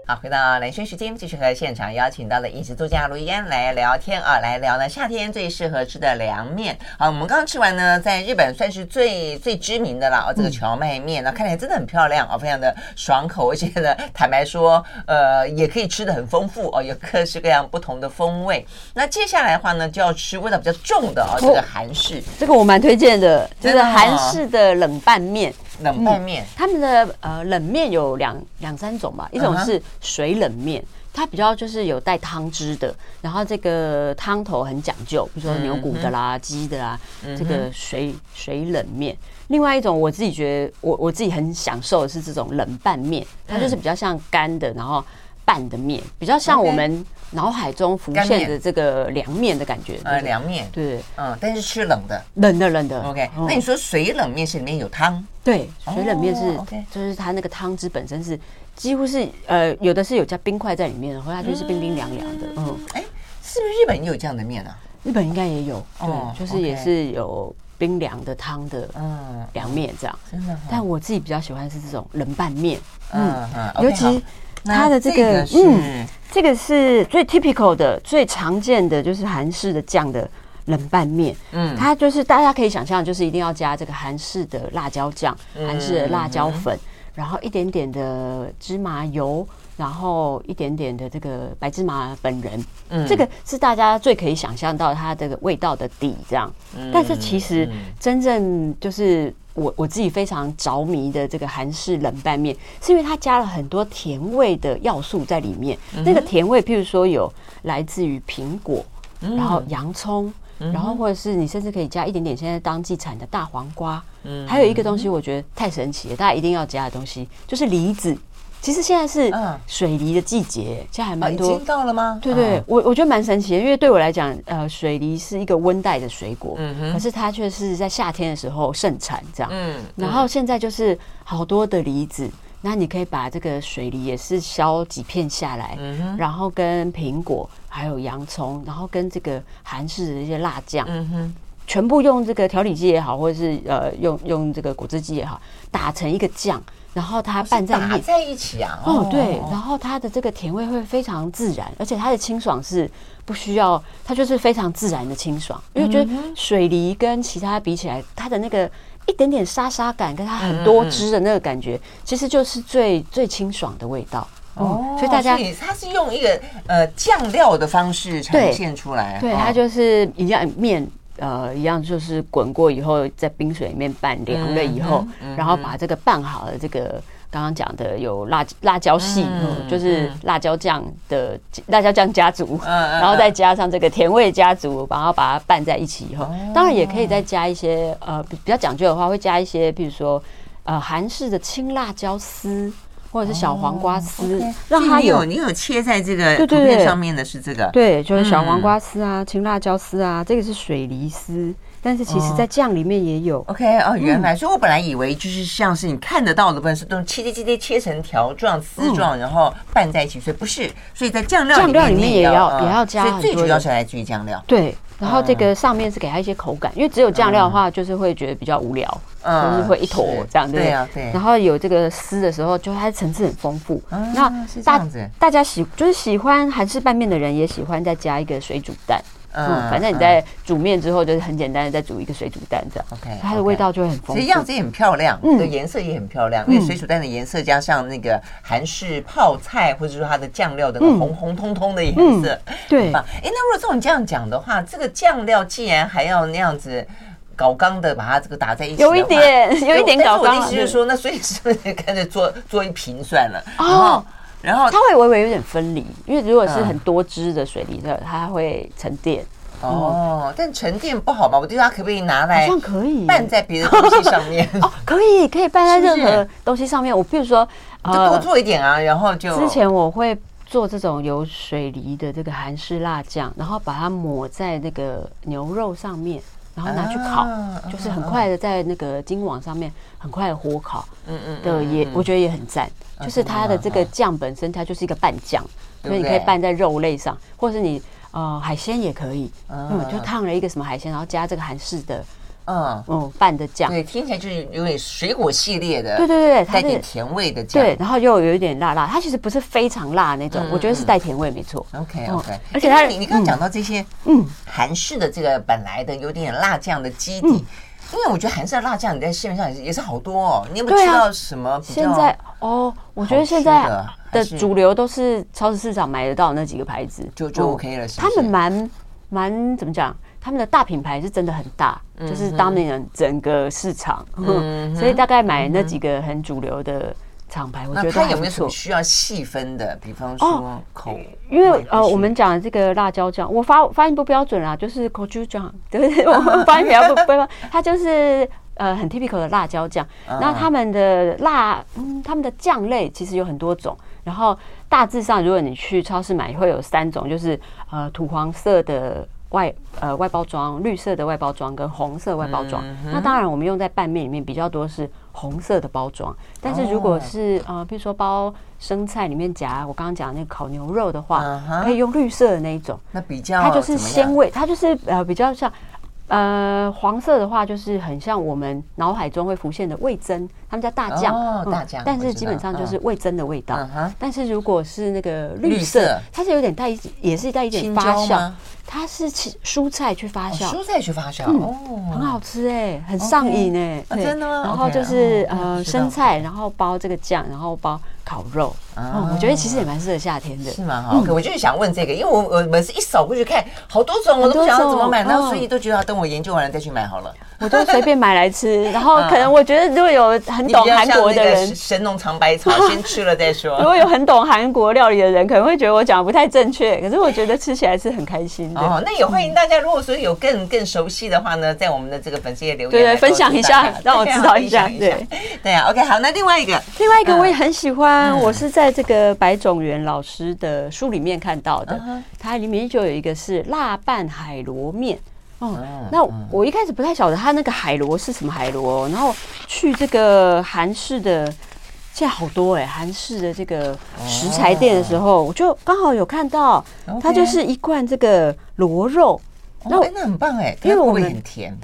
A: 好，回到蓝轩时间，继续和现场邀请到的饮食作家卢怡安来聊天啊，来聊呢夏天最适合吃的凉面。好，我们刚刚吃完呢，在日本算是最最知名的啦，哦，这个荞麦面呢，看起来真的很漂亮哦，非常的爽口，而且呢，坦白说，呃，也可以吃的很丰富哦，有各式各样不同的风味。那接下来的话呢，就要吃味道比较重的哦，这个韩式
B: 这个我蛮推荐的，
A: 真
B: 就是
A: 的哦
B: 韩式的冷拌面。
A: 冷拌面。
B: 他们的呃冷面有两两三种吧，一种
A: 嗯哼
B: 是水冷面。它比较就是有带汤汁的，然后这个汤头很讲究，比如说牛骨的
A: 嗯
B: 啦、鸡的啦，这个水水冷面。另外一种我自己觉得我我自己很享受的是这种冷拌面，它就是比较像干的，然后拌的面，比较像
A: OK
B: 我们脑海中浮
A: 干
B: 现
A: 面
B: 的这个凉面的感觉。
A: 呃，凉面，
B: 对，
A: 嗯，但是吃冷的。
B: 冷的冷的。
A: OK，
B: 嗯
A: 那你说水冷面是里面有汤，
B: 对，水冷面
A: 哦
B: 是
A: ，OK，
B: 就是它那个汤汁本身是几乎是呃，有的是有加冰块在里面的，然后它就是冰冰凉凉的，嗯，
A: 哎，是不是日本也有这样的面啊？
B: 日本应该也有，
A: 哦
B: 对，就是也
A: OK
B: 是有冰凉的汤的
A: 嗯，
B: 凉面这样。
A: 真的哈，
B: 但我自己比较喜欢是这种冷拌面，
A: 嗯嗯，OK，
B: 尤
A: 好
B: 其它的这
A: 那
B: 个，嗯，
A: 是
B: 这个是最 typical 的、最常见的，就是韩式的酱的冷拌面。
A: 嗯
B: 它就是大家可以想象，就是一定要加这个韩式的辣椒酱、韩式的辣椒粉，然后一点点的芝麻油，然后一点点的这个白芝麻本人，
A: 嗯
B: 这个是大家最可以想象到它这个味道的底这样。
A: 嗯
B: 但是其实真正就是我我自己非常着迷的这个韩式冷拌面，是因为它加了很多甜味的要素在里面。
A: 嗯
B: 那个甜味，譬如说有来自于苹果，
A: 嗯
B: 然后洋葱。然后，或者是你甚至可以加一点点现在当季产的大黄瓜，
A: 嗯
B: 还有一个东西我觉得太神奇了，大家一定要加的东西就是梨子。其实现在是
A: 嗯
B: 水梨的季节，现在还
A: 啊，
B: 蛮
A: 已
B: 多
A: 经到了吗？
B: 对对
A: 啊，，
B: 我我觉得蛮神奇的，因为对我来讲，呃，水梨是一个温带的水果，可是它却是在夏天的时候盛产这样。
A: 嗯，
B: 然后现在就是好多的梨子，那你可以把这个水梨也是削几片下来，
A: 嗯
B: 然后跟苹果还有洋葱，然后跟这个韩式的一些辣酱，
A: 嗯
B: 全部用这个调理机也好，或者是呃用用这个果汁机也好，打成一个酱，然后它拌在
A: 打
B: 面。
A: 在一起啊，
B: 哦，对，然后它的这个甜味会非常自然，而且它的清爽是不需要，它就是非常自然的清爽。因为我觉得水梨跟其他比起来，它的那个一点点沙沙感，跟它很多汁的那个感觉，其实就是最最清爽的味道。
A: 哦
B: 嗯，所以大家
A: 它是用一个呃酱料的方式呈
B: 对
A: 现出来，
B: 对
A: 哦
B: 它就是一样面。呃，一样就是滚过以后，在冰水里面拌凉了
A: 嗯
B: 以后，然后把这个拌好的这个刚刚讲的有辣辣椒系，
A: 嗯
B: 就是辣椒酱的辣椒酱家族，
A: 嗯嗯
B: <laughs> 然后再加上这个甜味家族，然后把它拌在一起以后，
A: 哦
B: 当然也可以再加一些呃比比较讲究的话，会加一些，比如说呃韩式的青辣椒丝，或者是小黄
A: 哦
B: 瓜丝，让
A: 所以
B: 它
A: 你
B: 有
A: 有你有切在这个
B: 对对
A: 图片
B: 对
A: 上面的是这个，
B: 对，就是小
A: 嗯
B: 黄瓜丝啊、青辣椒丝啊，这个是水梨丝，但是其实在酱里面也有。
A: OK 哦，
B: 嗯
A: 原来，所以我本来以为就是像是你看得到的部分是都切切切切切成条状、丝状，然后拌在一起，所以不是，所以在酱料
B: 嗯酱料
A: 你
B: 里面也要也要加
A: 嗯所以
B: 很
A: 最
B: 多
A: 主要
B: 的
A: 是来自于酱料，
B: 对，然后这个
A: 嗯
B: 上面是给它一些口感，因为只有酱料的话，就是会觉得比较无聊，
A: 嗯
B: 就是会一坨
A: 是
B: 这样，对不
A: 对啊对
B: 然后有这个丝的时候，就它层次很丰富。
A: 啊
B: 那
A: 是这
B: 大
A: 样子
B: 大家喜就是喜欢韩式拌面的人，也喜欢再加一个水煮蛋。嗯，反正你在煮面之后，就是很简单的再煮一个水煮蛋这样
A: OK，
B: 它的
A: 嗯 OK
B: 味道就会很丰
A: 其
B: 富
A: 实。样子也很漂亮，
B: 嗯
A: 对，颜色也很漂亮，因为水煮蛋的颜色加上那个韩式泡菜，或者说它的酱料的那种
B: 嗯
A: 红红通通的颜色，
B: 对
A: 很棒。哎，那如果照你这样讲的话，这个酱料既然还要那样子搞刚的把它这个打在一起的话，<laughs>
B: 有一点有一
A: 但
B: 点
A: 是
B: 搞刚
A: 我的
B: 了
A: 意思就是说，那所以是不是干脆做做一瓶算了？
B: 哦
A: 然后，然后
B: 它会微微有点分离，因为如果是很多汁的水梨的，它会沉淀，
A: 哦，但沉淀不好吧？我觉得它可不可以拿
B: 好
A: 来
B: 像可以
A: 拌在别的东西上
B: <laughs>
A: 面？
B: 哎哦，可以可以拌在
A: 是不
B: 任
A: 是
B: 何东西上面。我比如说，呃
A: 就多做一点啊，然后就
B: 之前我会做这种有水梨的这个韩式辣酱，然后把它抹在那个牛肉上面，然后拿去烤，
A: 啊
B: 就是很快的在那个金网上面很快的火烤
A: 嗯嗯
B: 的
A: 嗯
B: 也，
A: 嗯
B: 我觉得也很赞。就是它的这个酱本身，它就是一个拌酱，
A: 对
B: 所
A: 不
B: 以
A: 嗯对
B: 你可以拌在肉类上，或是你呃海鲜也可以，
A: 啊
B: 嗯，就烫了一个什么海鲜，然后加这个韩式的
A: 嗯。
B: 嗯拌的酱，
A: 对，听起来就是有点水果系列的，
B: 对对对对它
A: 带
B: 是
A: 点甜味的酱。嗯
B: 对，然后又有一点辣辣，它其实不是非常辣那种，我觉得是带甜味没错。
A: ，OK
B: 嗯
A: OK，、哎
B: 而且它
A: 你你刚刚
B: 嗯
A: 讲到这些，嗯，韩式的这个本来的有点辣酱的基底，
B: 嗯
A: 因为我觉得韩式的辣酱你在市面上也是也是好多哦，你有没有
B: 对
A: 吃
B: 啊
A: 到什么比较？
B: 现在哦，我觉得现
A: 好吃
B: 在
A: 的还
B: 的
A: 是
B: 主流都是超市市场买得到的那几个牌子，
A: 就就
B: 嗯
A: OK 了是不
B: 他
A: 是
B: 们蛮蛮怎么讲？他们的大品牌是真的很大，
A: 嗯
B: 就是 dominant 整个市场，嗯 <laughs> 所以大概买那几个很主流的厂牌，我觉
A: 那
B: 得
A: 它
B: 还
A: 有
B: 不
A: 没有什么
B: 错。
A: 需要细分的？比方说
B: 哦
A: 口，
B: 因
A: 味
B: 为
A: 或
B: 呃，
A: 是
B: 我们讲的这个辣椒酱，我发发音不标准啦，就是 c o j u j a n <laughs> 对不对？我们发音比较不不标准，它就是呃很 typical 的辣椒酱。那他们的辣，嗯，他们的酱类其实有很多种。然后大致上，如果你去超市买，会有三种，就是呃土黄色的外呃外包装、绿色的外包装跟红色外包装。那当然，我们用在拌面里面比较多是红色的包装。但是如果是呃，比如说包生菜里面夹我刚刚讲的那个烤牛肉的话
A: 嗯哼
B: 可以用绿色的那一种。
A: 那比较
B: 它就是
A: 怎么样
B: 鲜味，它就是呃比较像。呃，黄色的话就是很像我们脑海中会浮现的味噌，他们叫大酱，嗯
A: 哦大酱
B: 但
A: 我
B: 是
A: 知
B: 基本
A: 道
B: 上就
A: 嗯
B: 是味噌的味道。
A: 嗯哼
B: 但是如果是那个
A: 绿
B: 绿色，
A: 色
B: 它是有点带一，也是带一点
A: 青
B: 发
A: 椒
B: 酵
A: 吗，
B: 它是其蔬菜去发
A: 哦
B: 酵，
A: 蔬菜去发酵
B: 嗯
A: 哦，
B: 很好吃哎、很上瘾哎、
A: 啊
B: 对
A: 真的吗
B: 然后
A: OK，
B: 就是
A: 哦
B: 呃
A: 知道
B: 生菜，然后包这个酱，然后包烤肉，
A: 啊
B: 嗯，我觉得其实也蛮适合夏天的。
A: 是吗？哈、OK，我就是想问这个，因为我我每次一扫过去看，好多种我都不
B: 很多
A: 晓得
B: 种
A: 怎么买，然后所以
B: 嗯
A: 都觉得要等我研究完了再去买好了。
B: 我就随便买
A: <laughs>
B: 来吃，然后可能我觉得如果有很
A: 啊你
B: 懂
A: 比较
B: 韩
A: 像
B: 国
A: 那
B: 的
A: 个
B: 人
A: 神，神农尝百草，先吃了再
B: 如 <laughs>
A: 说。
B: 果有很懂韩国料理的人，可能会觉得我讲的不太正确，可是我觉得吃起来是很开心的。
A: 哦，那也欢迎大家，如果说有更更熟悉的话呢，在我们的这个粉丝页留言
B: 对对
A: 来告诉
B: 分享一下
A: 大家
B: 让我
A: 对啊
B: 知道一下
A: <laughs> 分享对啊，OK，好，那另外一个
B: 另外一个我也很喜
A: 嗯
B: 欢，我是在这个白种元老师的书里面看到
A: 嗯
B: 的，它里面就有一个是辣拌海螺面。哦，
A: 嗯
B: 那我一开始不太晓得它那个海螺是什么海螺，然后去这个韩式的。现在好多哎、韩式的这个食材店的时
A: 哦
B: 候，我就刚好有看到，它就是一罐这个螺肉，
A: 那
B: 那我
A: 那很棒哦哎，
B: 因
A: 那
B: 为
A: 会不
B: 我
A: 会
B: 们
A: 很甜，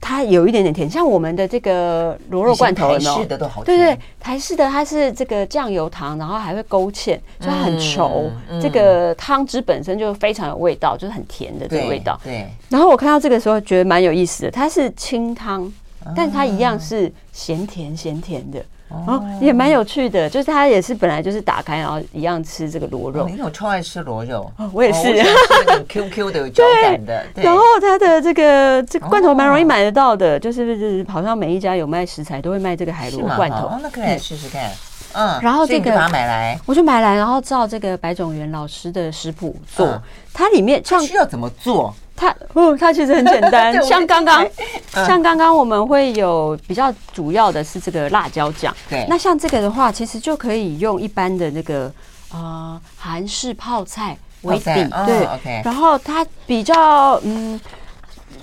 B: 它有一点点甜，像我们的这个螺肉罐头
A: 台
B: 有没有
A: 式的都好
B: 对
A: 甜，
B: 对，台式的它是这个酱油糖，然后还会勾芡，所以它很稠。
A: 嗯
B: 这个汤汁本身就非常有味道，就是很甜的这个味道。
A: 对，
B: 然后我看到这个时候觉得蛮有意思的，它是清汤，
A: 啊
B: 但它一样是咸甜咸甜的，哦，也蛮有趣的。就是它也是本来就是打开，然后一样吃这个螺肉
A: 哦，因为我超爱吃螺肉，
B: 哦我也是
A: 哦我
B: <laughs>
A: 喜欢吃那种 QQ 的有嚼感的，对哦
B: 然后它的这个这个罐头蛮容易买得到的，就是就是好像每一家有卖食材都会卖这个海
A: 是
B: 螺
A: 吗？
B: 罐
A: 好
B: 头
A: 哦，，那可以来试试看。嗯，
B: 然后
A: 所以
B: 这
A: 你就
B: 个
A: 把它买来，
B: 我就买来，然后照这个白种元老师的食谱做。
A: 嗯
B: 它里面像
A: 需要怎么做？
B: 它，哦，它其实很简单
A: <laughs> 对我，
B: 像
A: 们
B: 刚刚
A: 刚，
B: 像刚刚我们会有比较主要的是这个辣椒酱。
A: 对
B: 那像这个的话，其实就可以用一般的那个呃韩式泡菜为
A: 泡菜
B: 底，
A: 哦
B: 对
A: OK。
B: 然后它比较嗯。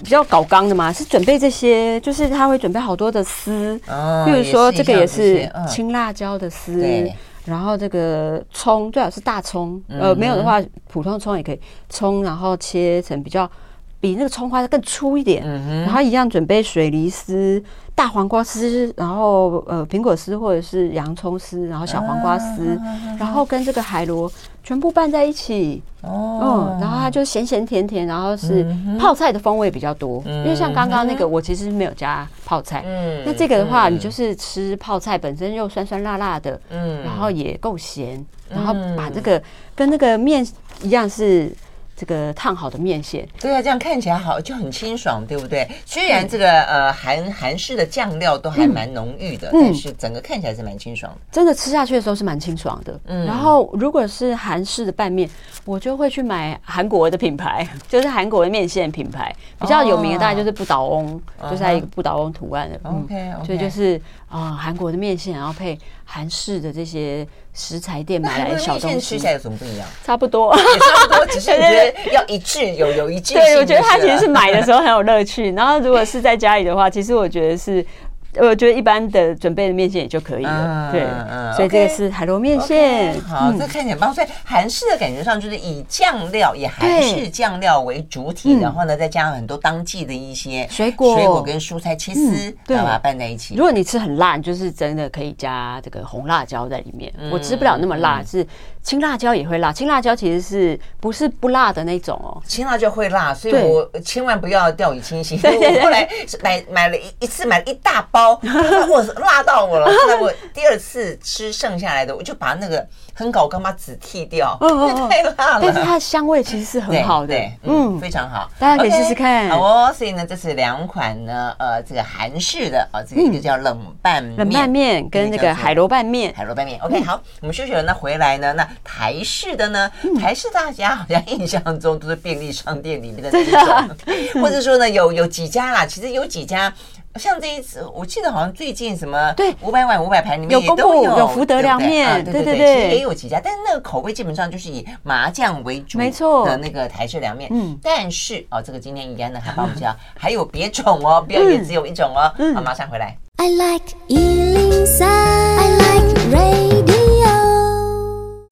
B: 比较搞刚的嘛，是准备这些，就是他会准备好多的丝，
A: 哦
B: 比如说这个也
A: 也是一样这
B: 是
A: 些嗯
B: 青辣椒的丝
A: 对，
B: 然后这个葱最好是大葱，呃，没有
A: 嗯
B: 的话普通葱也可以，葱然后切成比较比那个葱花更粗一点，
A: 嗯
B: 然后一样准备水梨丝、大黄瓜丝，然后呃苹果丝或者是洋葱丝，然后小黄瓜
A: 啊
B: 丝，然后跟这个海螺全部拌在一起，
A: 哦嗯
B: 嗯，然后它就咸咸甜甜，然后是泡菜的风味比较多，因为像刚刚那个我其实没有加泡菜，
A: 嗯
B: 那这个的话你就是吃泡菜本身又酸酸辣辣的，
A: 嗯
B: 然后也够咸，然后把这个跟那个面一样是这个烫好的面线，
A: 对啊，这样看起来好就很清爽，对不对？虽然这个呃韩韩式的酱料都
B: 嗯
A: 还蛮浓郁的，但是整个看起来是蛮清爽的。
B: 真的吃下去的时候是蛮清爽的。
A: 嗯
B: 然后如果是韩式的拌面，我就会去买韩国的品牌， <laughs> 就是韩国的面线品牌比较有名的，大概就是不倒翁，就是它一个不倒翁图案的。
A: 哦嗯
B: 嗯
A: OK，OK
B: 所以就是啊，呃韩国的面线，然后配韩式的这些食材店买来的小
A: 面线
B: 东
A: 吃
B: 西
A: 起，来有什么不一样？
B: 差不多。
A: 也差不多，只是你觉得要一致，有有一致性。
B: 对，我觉得它其实是
A: 了
B: 买的时候很有乐
A: <laughs>
B: 趣，然后如果是在家里的话，其实我觉得是。呃我觉得一般的准备的面线也就可以了，
A: 嗯
B: 对
A: 嗯，
B: 所以这个
A: OK
B: 是海螺面
A: OK，
B: 线。
A: 好，
B: 嗯
A: 这看起来很棒。所以韩式的感觉上就是以酱料，以韩式酱料为主体，
B: 嗯
A: 然后呢，再加上很多当季的一些
B: 水果
A: 水果跟蔬菜切丝
B: 嗯，对
A: 然后把它拌在一起
B: 如。果你吃很辣，你就是真的可以加这个红辣椒在里面。
A: 嗯
B: 我吃不了那么辣，是青辣椒也会辣。青辣椒其实是不是不辣的那种哦？
A: 青辣椒会辣，所以
B: 对
A: 我千万不要掉以轻
B: <laughs>
A: 心。
B: 对对对
A: 我后来是买买了一一次买了一大包，我辣到我了。
B: <laughs>
A: 后来我第二次吃剩下来的，我就把那个很搞干把籽剃掉，
B: 嗯嗯嗯
A: 因为太辣了。
B: 但是它的香味其实是很好的
A: 对，，对嗯，
B: 嗯
A: 非，常好，
B: 大家可以
A: OK，
B: 试试看
A: 好哦，所以呢，这是两款呢，呃，这个韩式的啊，这个一个叫冷拌面
B: 嗯冷拌面跟那个海。
A: 一叫做
B: 螺拌面，嗯
A: 海螺拌面，OK，好，我们休息了，那回来呢？那台式的呢？
B: 嗯
A: 台式大家好像印象中都是便利商店里面的那一种，或者说呢，有有几家啦，其实有几家。像这一次，我记得好像最近什么
B: 对
A: 五百碗五百盘里面
B: 有
A: 也
B: 公
A: 都
B: 布
A: 有
B: 有福
A: 对
B: 德
A: 不对
B: 凉面
A: 啊对
B: 对
A: 对
B: 对
A: 其实
B: 对
A: 也有几家，但是那个口味基本上就是以麻酱为主，
B: 没错
A: 的那个台式凉面。
B: 嗯
A: 但是哦，这个今天怡安呢还帮我们介绍，还有别种哦，不要也只有一种哦。
B: 嗯
A: 好，马上回来。
C: I like Ealing Sound. I like radio.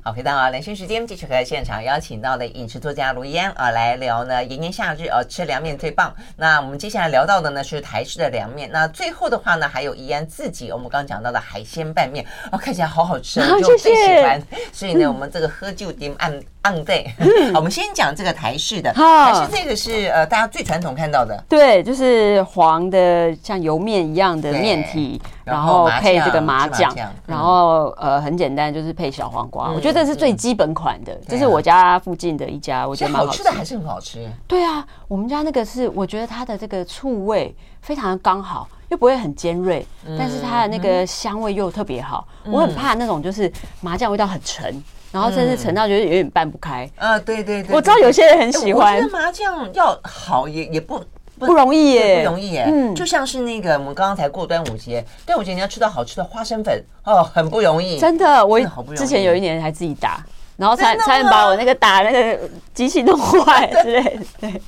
A: 好，回到啊，冷讯时间，继续和现场邀请到的饮食作家卢燕啊来聊呢，炎炎夏日啊吃凉面最棒。那我们接下来聊到的呢是台式的凉面，那最后的话呢还有怡安自己我们刚刚讲到的海鲜拌面哦，看起来好好吃，
B: 啊
A: 我就
B: 谢谢
A: 最喜欢。所以呢，我们这个喝酒点按按对，好，我们先讲这个台式的，
B: 好
A: 台式这个是呃大家最传统看到的，
B: 对，就是黄的像油面一样的
A: 对
B: 面体，
A: 然
B: 然
A: 后
B: 后
A: 麻
B: 配这个
A: 酱
B: 麻
A: 芝麻
B: 酱
A: 酱，
B: 然后呃很简单，就是配小黄瓜。
A: 嗯
B: 我觉得这是最基本款的，这是
A: 对啊
B: 我家附近的一家，我
A: 其
B: 觉
A: 实
B: 得蛮
A: 好
B: 好吃
A: 吃的。还是很好吃，
B: 对啊，我们家那个是，我觉得它的这个醋味非常刚好，又不会很尖锐，但是它的那
A: 嗯
B: 个香味又特别好。我很怕那种就是麻酱味道很沉，然后甚至沉到觉得有点拌不开。
A: 呃，对对嗯对，
B: 我知道有些人很喜
A: 哎我
B: 欢
A: 觉得，麻酱要好也也不不
B: 不容易
A: 对
B: 耶，
A: 不容易耶。
B: 嗯
A: 就像是那个我们刚刚才过端午节，端午节你要吃到好吃的花生粉哦，很不容易。
B: 真的，我
A: 真的好不容易
B: 之前有一年还自己打，然后才
A: 真的吗啊
B: 才能把我那个打那个机器弄坏之类的。对，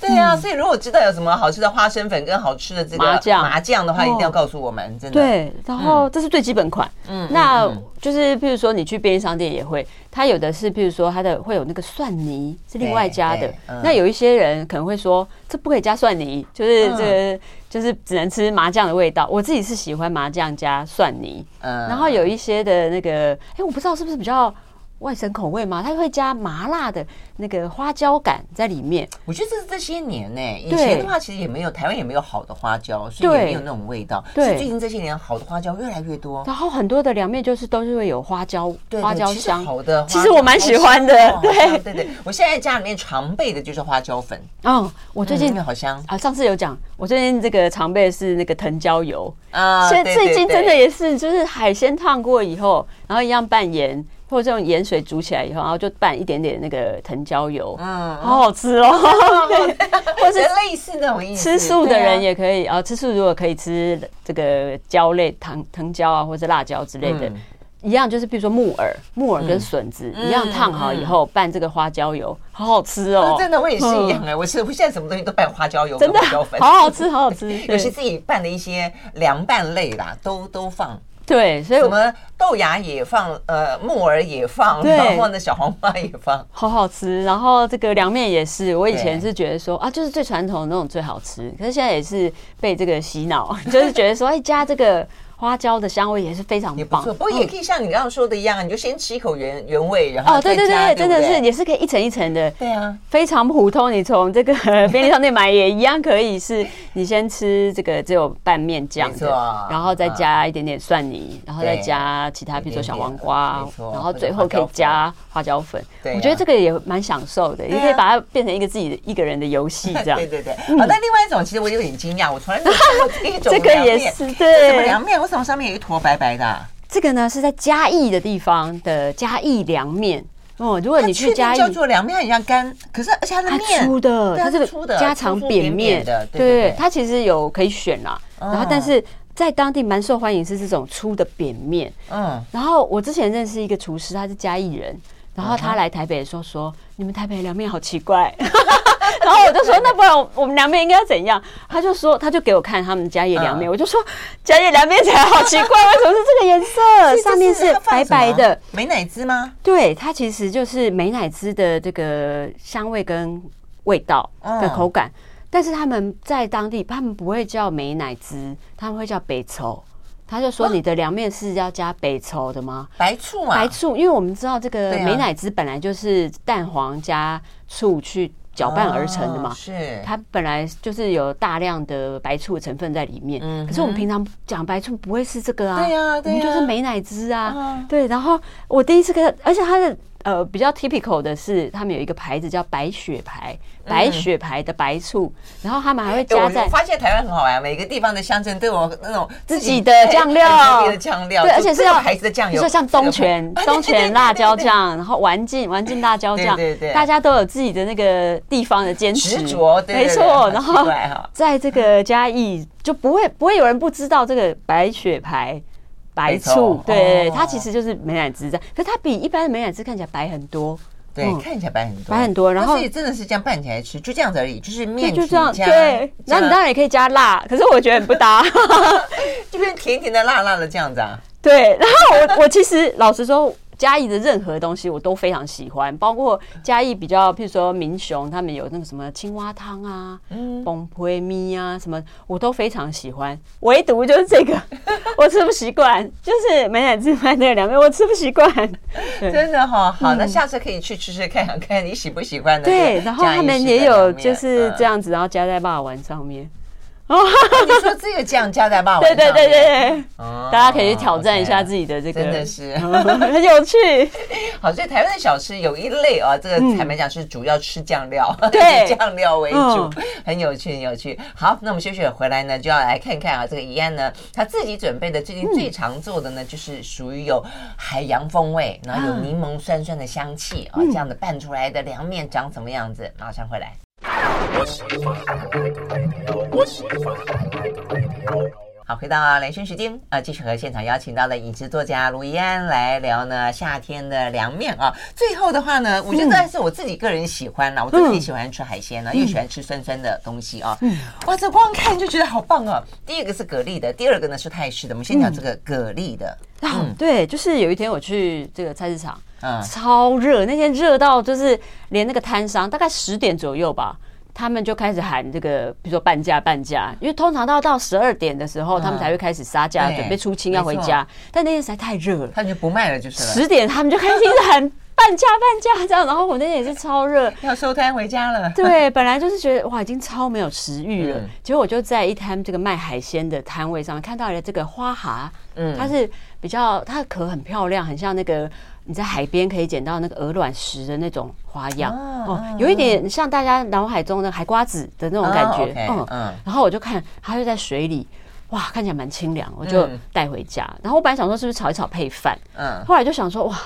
A: 对啊，所以如果知道有什么好吃的花生粉跟好吃的这个
B: 嗯麻酱
A: 麻酱的话，
B: 哦
A: 一定要告诉我们，真的。
B: 对，然后这是最基本款。
A: 嗯，嗯，
B: 那
A: 嗯
B: 就是，譬如说你去便利商店也会，它有的是，譬如说它的会有那个蒜泥是另外加
A: 对
B: 的
A: 对嗯。
B: 那有一些人可能会说，这不可以加蒜泥，就是这
A: 嗯
B: 个就是只能吃麻酱的味道。我自己是喜欢麻酱加蒜泥，
A: 嗯
B: 然后有一些的那个，哎、我不知道是不是比较外省口味嘛，它会加麻辣的那个花椒感在里面。
A: 我觉得这是这些年呢、以
B: 对
A: 前的话其实也没有台湾也没有好的花椒，所以
B: 对
A: 也没有那种味道。
B: 对
A: 是最近这些年好的花椒越来越多，
B: 然后很多的凉面就是都是会有花椒
A: 对
B: 花
A: 对
B: 椒
A: 其实
B: 香。
A: 好的花椒，
B: 其实我蛮喜欢的
A: 好香哦好香
B: <laughs> 对
A: 对对，我现在家里面常备的就是花椒粉，
B: 嗯，我最近、
A: 嗯好香
B: 啊，上次有讲，我最近这个常备是那个藤椒油，
A: 啊
B: 所以
A: 对
B: 最
A: 对
B: 近
A: 对
B: 真的也是，就是海鲜烫过以后，然后一样拌盐或者用盐水煮起来以后，然后就拌一点点那个藤椒油，
A: 嗯
B: 好好吃 <laughs> 哦。对
A: 或是类似那种意思。
B: 吃素的人
A: 也
B: 也可以啊、吃素如果可以吃这个椒类、藤藤椒啊，或者辣椒之类的，
A: 嗯
B: 一样就是比如说木耳、木耳跟笋子、
A: 嗯
B: 一样烫好以后拌这个花椒油，好好吃哦，
A: 真的我也是一样哎，我是我现在什么东西都拌花椒油跟
B: 真的
A: 花椒
B: <laughs>
A: 粉，
B: 好好吃，好好 <laughs> 吃，
A: 有些
B: 对
A: 自己拌的一些凉拌类啦，都都放，
B: 对，所以
A: 什
B: 我
A: 么豆芽也放，呃，木耳也放，
B: 对
A: 然后呢小黄瓜也放，
B: 好好吃。然后这个凉面也是，我以前
A: 对
B: 是觉得说啊，就是最传统的那种最好吃，可是现在也是被这个洗脑， <laughs> 就是觉得说哎加这个花椒的香味也是非常
A: 也不
B: 棒，
A: 错。不过也可以像你刚刚说的一样，啊你就先吃一口原原味，然后
B: 哦，对对
A: 再加
B: 对，真的
A: 不
B: 是也是可以一层一层的。
A: 对啊，
B: 非常普通，你
A: <laughs>
B: 从这个便利商店买也一样可以是，你先吃这个只有拌面酱
A: 没
B: 的
A: 错啊，
B: 然后再加一点点蒜泥，然后再加其他，
A: 对
B: 比如说小黄
A: 一点
B: 瓜
A: 点没错，
B: 然后最后可以加花椒粉。
A: 对啊
B: 我觉得这个也蛮享受的，
A: 啊
B: 也可以把它变成一个自己的一个人的
A: <laughs>
B: 游戏这样嗯
A: 对。对对。好，那另外一种其实我有点惊讶，我从来没有看过这一种
B: <laughs> 这个
A: 凉面
B: 也是
A: 这什么
B: 对，
A: 凉面？为什么上面有一坨白白的啊？
B: 这个呢是在嘉义的地方的嘉义凉面哦。如果
A: 它
B: 你
A: 确
B: 去嘉
A: 定
B: 义，
A: 叫做凉面，它很像干，可是而且它的
B: 它
A: 面
B: 粗的，
A: 对它
B: 它
A: 是
B: 是
A: 粗的
B: 家常
A: 粗粗
B: 扁
A: 扁扁
B: 面
A: 的对
B: 对
A: 对哦对
B: 它其实有可以选啦。然后，但是在当地蛮受欢迎是这种粗的扁面。
A: 嗯，
B: 然后我之前认识一个厨师，他是嘉义人，然
A: 嗯
B: 后他来台北的时候说：“你们台北的凉面好奇怪。” <laughs> 然后我就说：“那不然我们凉面应该要怎样？”他就说：“他就给我看他们嘉义凉
A: 嗯
B: 面。”我就说：“嘉义凉面才好奇怪，为什么是这个颜色？上面
A: 这
B: 是
A: 它放什
B: 白
A: 么
B: 白的。”
A: 美乃滋吗？
B: 对，它其实就是美乃滋的这个香味跟味道
A: 嗯
B: 的口感，但是他们在当地他们不会叫美乃滋，他们会叫北稠。他就说你的凉面是要加北稠的吗？
A: 白醋啊，
B: 白醋，因为我们知道这个
A: 对啊
B: 美乃滋本来就是蛋黄加醋去搅拌而成的嘛，
A: 哦是
B: 它本来就是有大量的白醋的成分在里面，
A: 嗯哼
B: 可是我们平常讲白醋不会是这个啊，
A: 对啊对啊
B: 我们就是美乃滋啊，
A: 嗯
B: 对。然后我第一次看，而且它的呃比较 typical 的是，他们有一个牌子叫白雪牌，白雪牌的白醋，然后他们还会
A: 嗯哎
B: 加
A: 我
B: 在
A: 我发现台湾很好玩，每个地方的乡镇都有那种
B: 自己的酱料
A: 哎自己的酱料，
B: 对，
A: 就
B: 而且是
A: 这
B: 要
A: 个牌子的酱
B: 比
A: 油，
B: 如说像
A: 这个啊
B: 东
A: <laughs>
B: 泉
A: 牌
B: 东泉辣椒酱，然后丸进丸进辣椒酱，
A: 对对对
B: 大家都有自己的那个地方的坚持，
A: 执着，对对
B: 没
A: 对
B: 错。
A: 好
B: 然
A: 奇
B: 后
A: 怪哈
B: 在这个嘉义就不会不会有人不知道这个白雪牌。白
A: 白
B: 醋
A: 醋，
B: 对对对
A: 哦
B: 它其实就是美乃滋这样，可是它比一般的美乃滋看起来白很多，
A: 对
B: 嗯，
A: 看起来白很多，
B: 白很多然后
A: 所以真的是这样拌起来吃，就这样子而已，就是
B: 对，
A: 面
B: 就
A: 体
B: 这样，
A: 加
B: 对。然后你当
A: 加
B: 然也可以加辣，可是我觉得很不搭。 <laughs>
A: 就变甜甜的、辣辣的这样子啊，
B: 对，然后我我其实老实说，嘉义的任何东西我都非常喜欢，包括嘉义比较，譬如说民雄他们有那个什么青蛙汤啊、
A: 嗯
B: 崩皮咪啊什么，我都非常喜欢，唯独就是这个 <laughs> 我吃不习惯，就是美乃滋卖那个凉面我吃不习惯。
A: <laughs>
B: 对 <laughs>
A: 真的哈、好，那下次可以去吃吃看，看你喜不喜欢的这个
B: 嗯对，然后
A: 嘉义
B: 他们
A: 式
B: 也
A: 的
B: 有
A: 凉面
B: 就是这。
A: 嗯
B: 样子，然后加在霸丸上面。
A: 哦你说这个酱加在霸王
B: <laughs> 对
A: 上
B: 对
A: 面，
B: 对对对，
A: 哦，
B: 大家可以去挑战一下
A: OK
B: 自己的这嗯个，
A: 真的是
B: <laughs> 很有趣。
A: 好，所以台湾的小吃有一类啊，这个
B: 嗯
A: 坦白讲是主要吃酱料，
B: 对
A: <laughs> 以酱料为主
B: 嗯，
A: 很有趣，很有趣。好，那我们休息回来呢，就要来看看啊，这个怡安呢，他自己准备的最近最常做的呢，就是属于有海洋风味，然后有柠檬酸酸的香气
B: 嗯
A: 啊，这样子拌出来的凉面长什么样子？马上回来。好，回到雷军时间，呃，继续和现场邀请到的饮食作家卢怡安来聊呢夏天的凉面啊。最后的话呢，我觉得还是我自己个人喜欢啦，我
B: 嗯
A: 自己喜欢吃海鲜啊呢，又喜欢吃酸酸的东西啊。哇，这光看就觉得好棒哦。第一个是蛤蜊的，第二个呢是泰式的。我们先讲这个蛤蜊的，
B: 啊，对，就是有一天我去这个菜市场，
A: 嗯
B: 超热，那天热到就是连那个摊商，大概十点左右吧。他们就开始喊这个，比如说半价半价，因为通常到到十二点的时候，他们才会开始杀价，
A: 嗯对
B: 准备出清要回家。但那天实在太热了，
A: 他就不卖了就是了，
B: 十点他们就开始一直喊半价半价这样，然后我那天也是超热，
A: 要收摊回家 <laughs> 了。
B: 对，本来就是觉得哇，已经超没有食欲了
A: 嗯。
B: 结果我就在一摊这个卖海鲜的摊位上看到了这个花蛤，
A: 嗯
B: 它是比较它的壳很漂亮，很像那个你在海边可以捡到那个鹅卵石的那种花样
A: 啊
B: 哦
A: 啊，
B: 有一点像大家脑海中的海瓜子的那种感
A: 哦
B: 觉
A: ，OK，，嗯
B: 然后我就看它就在水里。哇，看起来蛮清凉，我就
A: 嗯
B: 带回家。然后我本来想说是不是炒一炒配饭，
A: 嗯，
B: 后来就想说，哇，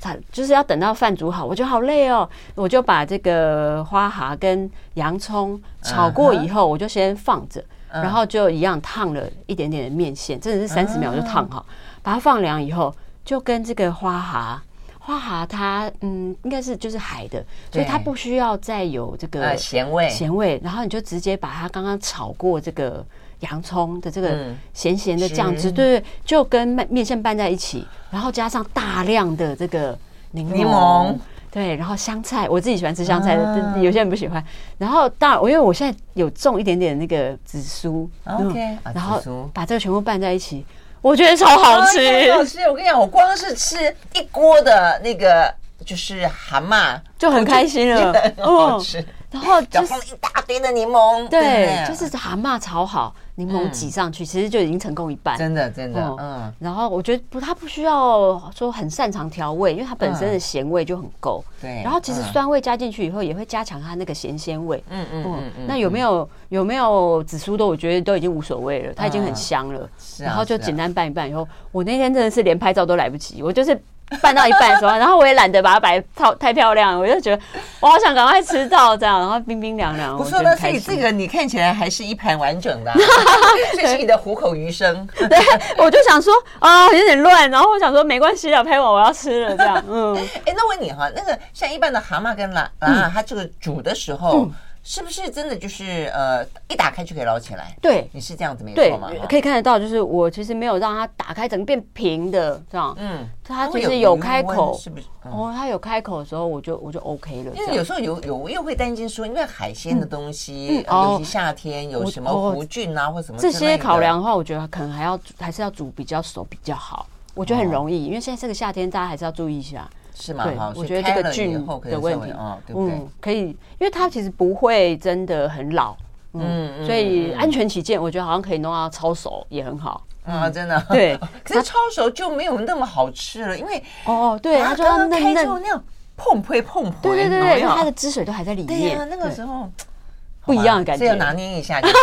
B: 惨就是要等到饭煮好，我觉得好累哦，我就把这个花蛤跟洋葱炒过以
A: 嗯
B: 后，我就先放着，然后就一样烫了一点点的面线，真的
A: 嗯
B: 是三十秒就烫好，把它放凉以后，就跟这个花蛤。花蛤它嗯，应该是就是海的，所以它
A: 对
B: 不需要再有这个
A: 呃，咸味，
B: 咸味，然后你就直接把它刚刚炒过这个洋葱的这个
A: 嗯
B: 咸咸的酱汁，
A: 汁
B: 对对，就跟面面线拌在一起，然后加上大量的这个柠
A: 柠檬
B: 对，然后香菜，我自己喜欢吃香菜的，
A: 啊
B: 但有些人不喜欢。然后当然，我因为我现在有种一点点那个紫苏
A: OK，
B: 嗯
A: 啊
B: 然
A: 紫苏
B: 后把这个全部拌在一起，我觉得超好吃。
A: 啊 <laughs> 好吃！我跟你讲，我光是吃一锅的那个就是蛤蟆，
B: 就很开心了
A: 我就觉得很好吃。
B: 然后
A: 然
B: 嗯哦就
A: 后
B: 是
A: 放了一大堆的柠檬，
B: 对，
A: 不
B: 就是蛤蟆炒好，柠檬
A: 嗯
B: 挤上去，其实就已经成功一半。
A: 真的真的，
B: 哦
A: 嗯，，
B: 然后我觉得不，他不需要说很擅长调味，因为它本身的咸味就很够。
A: 嗯对
B: 然后其实
A: 嗯
B: 酸味加进去以后，也会加强它那个咸鲜味。
A: 嗯嗯嗯嗯
B: 那有没有有没有紫苏的？我觉得都已经无所谓了，它已经很香了。
A: 啊
B: 然后就是
A: 啊
B: 简单拌一拌以后，我那天真的是连拍照都来不及，我就是。拌到一半的时候，然 <laughs> 后我也懒得把它摆太太漂亮了，我就觉得我好想赶快吃到这样，然后冰冰凉凉，
A: 不
B: 我
A: 错
B: 觉
A: 的，
B: 得
A: 所
B: 开
A: 以
B: 心
A: 这。个你看起来还是一盘完整的啊，这是你的虎口余生。
B: <laughs>
A: <laughs>
B: 对，我就想说啊、有点乱，然后我想说没关系了，拍完我要吃了这样，嗯。
A: 哎，那问你哈，那个像一般的蛤蟆跟蛤蛤，它这个煮的时
B: 嗯
A: 候，是不是真的就是呃一打开就可以捞起来？
B: 对
A: 你是这样子没
B: 对
A: 错嘛？，
B: 可
A: 以，
B: 以看得到，就是我其实没有让它打开，整个变平的这样。
A: 嗯，
B: 它
A: 会
B: 就是
A: 余
B: 有开
A: 温
B: 口
A: 是，不是？嗯
B: 哦，它有开口的时候，我就我就 OK 了。
A: 因
B: 这
A: 为有
B: 样
A: 时候有有我又会担心说，因为海鲜的东西，呃
B: 嗯哦
A: 尤其夏天有什么
B: 我哦
A: 弧菌啊或什么
B: 这
A: 之类
B: 些
A: 的
B: 考量的话，我觉得可能还要还是要煮比较熟比较好。我觉得很容易，因为现在这个夏天，大家还是要注意一下。
A: 是吗？
B: 对
A: 哈，，哦啊所
B: 我
A: 以
B: 觉得这
A: 开
B: 个
A: 了以
B: 菌
A: 后可
B: 的
A: 能
B: 问
A: 稍微
B: 题嗯
A: 哦，对不对？，
B: 可以，因为它其实不会真的很老，
A: 嗯
B: 嗯，所以安全起见，我觉得好像可以弄到超熟也很好。
A: 啊，真的
B: 嗯对
A: <laughs> 可是抄手就没有那么好吃了，因为
B: <laughs> 哦，对，它就要
A: 啊刚刚
B: 嫩
A: 开之后
B: 嫩，
A: 那样碰杯碰杯，
B: 对对对
A: 有
B: 对，
A: 没
B: 因
A: 有
B: 为它的汁水都还在里
A: 对呀、
B: 面，
A: 那个
B: 对
A: 时候。
B: 不一样的感
A: 所以要
B: 觉。
A: 拿捏一下，
B: <laughs>
A: 就是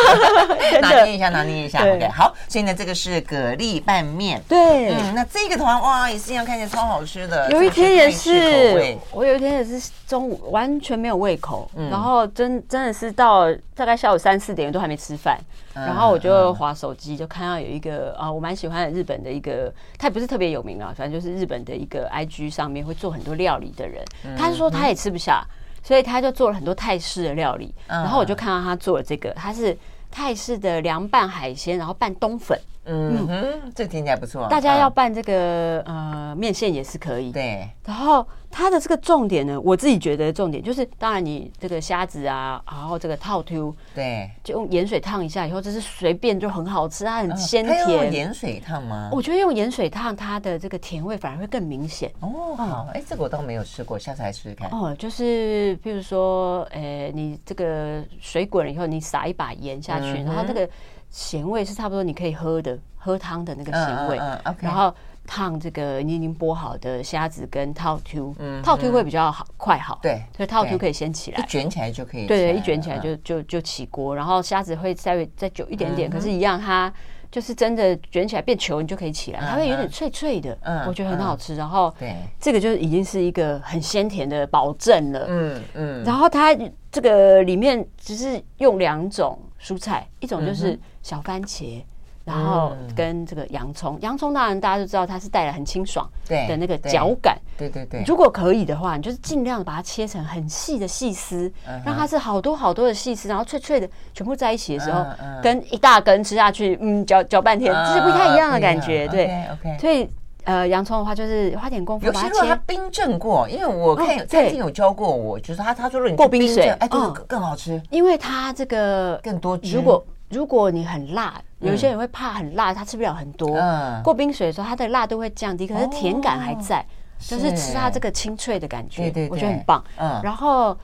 B: 真的
A: 拿捏一下，拿捏一下。
B: 对
A: OK，好，所以呢，这个是蛤蜊拌面。
B: 对，
A: 嗯，那这个的话，哇，也是一样，看起来超好吃的。
B: 有一天也
A: 这个是泰式口
B: 是
A: 味，
B: 我有一天也是中午完全没有胃口，
A: 嗯
B: 然后真真的是到大概下午三四点都还没吃饭，
A: 嗯
B: 然后我就划手机，就看到有一个啊，我蛮喜欢的日本的一个，他也不是特别有名啊，反正就是日本的一个 IG 上面会做很多料理的人，
A: 嗯
B: 他是说他也吃不下，所以他就做了很多泰式的料理，
A: 嗯
B: 然后我就看到他做了这个，他是泰式的凉拌海鲜，然后拌冬粉，
A: 嗯哼，这听起来不错。
B: 大家要
A: 嗯
B: 拌这个呃面线也是可以，
A: 对，
B: 然后它的这个重点呢，我自己觉得重点就是，当然你这个虾子啊，然后这个套 Q
A: 对，
B: 就用盐水烫一下以后，这是随便就很好吃，它很
A: 嗯
B: 鲜
A: 它要用
B: 甜。哦
A: 盐水烫吗？
B: 我觉得用盐水烫它的这个甜味反而会更明显。
A: 哦，好，哎，这个我倒没有试过，下次来试试看。
B: 嗯哦，就是比如说，呃，你这个水滚了以后，你撒一把盐下去，
A: 嗯哼
B: 然后这个咸味是差不多你可以喝的，喝汤的那个
A: 嗯
B: 咸味。
A: 嗯嗯，OK
B: 然后烫这个你已经剥好的虾子跟套 Q，
A: 嗯
B: 套 Q 会比较好快好。
A: 对
B: 所以套 Q
A: 对
B: 可以先起来
A: 一。卷起来就嗯可以。
B: 对对，一卷起来。就就就起锅，然后虾子会稍微再久一点
A: 嗯
B: 点，可是，一样它就是真的卷起来变球，你就可以起来，它会有点脆脆的，
A: 嗯
B: 我觉得很好吃。然后
A: 对，
B: 这个就是已经是一个很鲜甜的保证了。
A: 嗯嗯，
B: 然后它这个里面只是用两种蔬菜，一种就是
A: 嗯
B: 小番茄。然后跟这个洋葱，洋葱当然大家都知道它是带来很清爽
A: 对
B: 的那个
A: 对
B: 嚼感，
A: 对对对。
B: 如果可以的话，你就是尽量把它切成很细的细丝，
A: 嗯
B: 让它是好多好多的细丝，然后脆脆的全部在一起的时候
A: 嗯嗯，啊
B: 跟一大根吃下去，嗯，嚼嚼半天，这是不太一样的感觉，对。
A: ，OK。
B: 所以呃，洋葱的话就是花点功夫
A: 尤
B: 把
A: 其
B: 它
A: 如果它
B: 切，
A: 冰镇过，因为我看有
B: 哦
A: 餐
B: 对
A: 厅有教过我，就是他他说如果你去
B: 过冰水
A: 镇哎，对，
B: 嗯
A: 更更好吃，
B: 因为它这个
A: 更多汁。
B: 如果如果你很辣，有些人会怕很辣，他吃不了很多
A: 嗯。哦
B: 过冰水的时候，它的辣度会降低，可是甜感还在，就是
A: 是
B: 吃它这个清脆的感觉，
A: 哎对对对
B: 我觉得很棒。
A: 嗯
B: 然后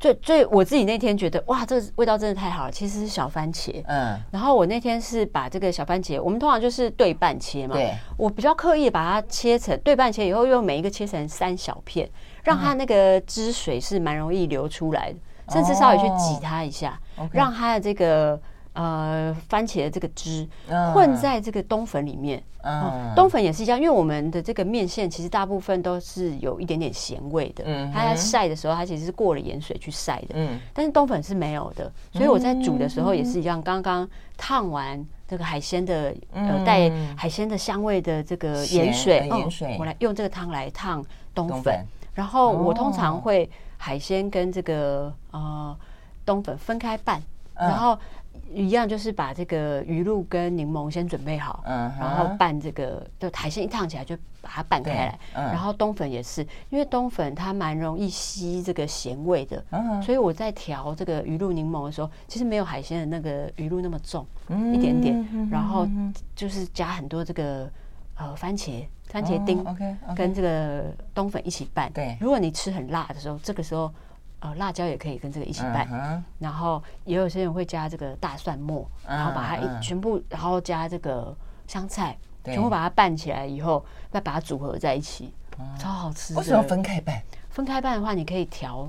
B: 最最我自己那天觉得哇，这个味道真的太好了，其实是小番茄。
A: 嗯，
B: 然后我那天是把这个小番茄，我们通常就是对半切嘛。
A: 对，
B: 我比较刻意把它切成对半切以后，用每一个切成三小片，让
A: 嗯
B: 它那个汁水是蛮容易流出来的，甚至稍微去挤它一下，
A: 哦
B: 让它的这个呃番茄的这个汁
A: 嗯
B: 混在这个冬粉里面。哦
A: 嗯，
B: 冬粉也是一样，因为我们的这个面线其实大部分都是有一点点咸味的，
A: 嗯哼
B: 它在晒的时候，它其实是过了盐水去晒的，
A: 嗯
B: 但是冬粉是没有的，所以我在煮的时候也是一样，刚刚烫完这个海鲜的呃
A: 嗯
B: 带海鲜的香味的这个
A: 咸
B: 盐水
A: 呃，
B: 嗯
A: 盐水
B: 我来用这个汤来烫冬
A: 冬
B: 粉
A: 粉，
B: 然后我通常会海鲜跟这个呃冬粉分开拌，
A: 嗯
B: 然后一样就是把这个鱼露跟柠檬先准备好，
A: 嗯哼
B: 然后拌这个就海鲜一烫起来就把它拌开来，
A: 对嗯
B: 然后冬粉也是，因为冬粉它蛮容易吸这个咸味的，
A: 嗯
B: 所以我在调这个鱼露柠檬的时候，其实没有海鲜的那个鱼露那么重，一点
A: 嗯
B: 点，然后就是加很多这个呃番茄、番茄丁、
A: 哦，OK，OK
B: 跟这个冬粉一起拌。
A: 对
B: 如果你吃很辣的时候，这个时候呃辣椒也可以跟这个一起拌
A: 嗯，哼
B: 然后也有些人会加这个大蒜末，然后把它
A: 嗯
B: 一全部，然后加这个香菜，
A: 对
B: 全部把它拌起来以后，再把它组合在一起，超好吃
A: 哦
B: 的。
A: 为什么要分开拌？
B: 分开拌的话，你可以调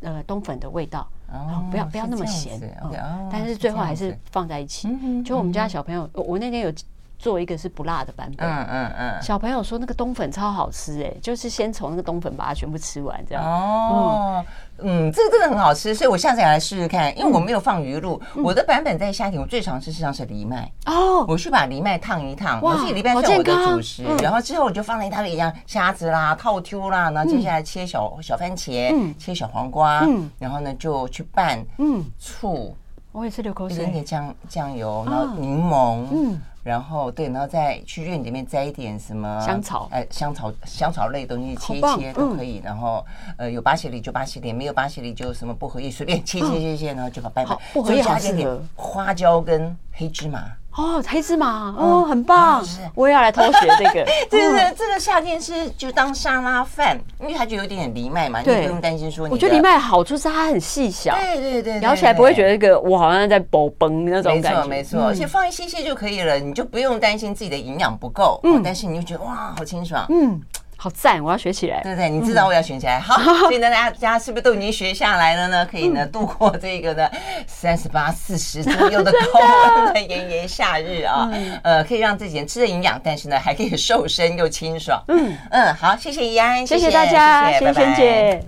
B: 呃冬粉的味道，然后不要
A: 哦
B: 不要
A: 是
B: 那么
A: 这样
B: 咸
A: 子
B: 嗯
A: OK，哦
B: 但
A: 是
B: 是最
A: 这
B: 后还
A: 样
B: 是
A: 子
B: 放在一起
A: 嗯哼。
B: 就我们家小朋友，我我那天有做一个是不辣的版本，
A: 嗯嗯嗯，
B: 小朋友说那个冬粉超好吃哎，就是先从那个冬粉把它全部吃完这样。
A: 哦，嗯，这个真的很好吃，所以我下次也来试试看，因为
B: 嗯
A: 我没有放鱼露，我的版本在虾艇，我最常吃实际上是藜麦。
B: 哦，
A: 我去把藜麦烫一烫，
B: 哇
A: 我自己藜麦
B: 好
A: 算我的
B: 健康
A: 主食
B: 嗯，
A: 然后之后我就放了一大堆一样虾子啦、套丢啦，然后接下来切小小番茄，切小黄瓜
B: 嗯，
A: 然后呢就去拌
B: 嗯，
A: 醋、
B: 我也是流口
A: 一点
B: 水。
A: 点酱酱油，然后柠檬
B: 啊嗯。
A: 然后对，然后再去院里面摘一点什么
B: 香草
A: 哎，香草香草类的东西切一
B: 好棒嗯
A: 切都可以。然后呃，有巴西梨就巴西梨，没有巴西梨就什么薄荷叶，随便切切切切，然后就把拌拌
B: 嗯好。薄荷叶
A: 就加
B: 好
A: 一点
B: 适
A: 点
B: 合
A: 花椒跟黑芝麻，
B: 哦，黑芝
A: 嗯
B: 麻哦，很棒
A: 吃，
B: 我也要来偷学这
A: <laughs>
B: 个。
A: 这
B: 嗯
A: 个这个夏天是就当沙拉饭，因为它就有点藜麦嘛，你也
B: 对
A: 不用担心说你的。
B: 我觉得藜麦的好处是它很细小，
A: 对，对对对，
B: 咬起来不会觉
A: 得。
B: 得一个我好像在剥崩那种
A: 没
B: 感
A: 错
B: 觉。嗯
A: 没错，而且放一些哦些就可以了，你就不用担心自己的营养不够。但是你就觉得哇，好清爽。
B: 嗯，好赞，我要学起来。
A: 对对，你至少我要选起来。
B: <laughs>
A: 好，所以呢，大家是不是都已经学下来了呢？可以呢，
B: 嗯
A: 度过这个呢三十八、四十左右的高温的炎炎夏日啊，
B: 嗯
A: 呃，可以让自己吃的营养，但是呢，还可以瘦身又清爽。嗯嗯，好，谢谢怡安，
B: 谢谢大家，
A: 谢
B: 谢
A: 谢
B: 谢
A: 拜
B: 萱
A: 拜
B: 姐。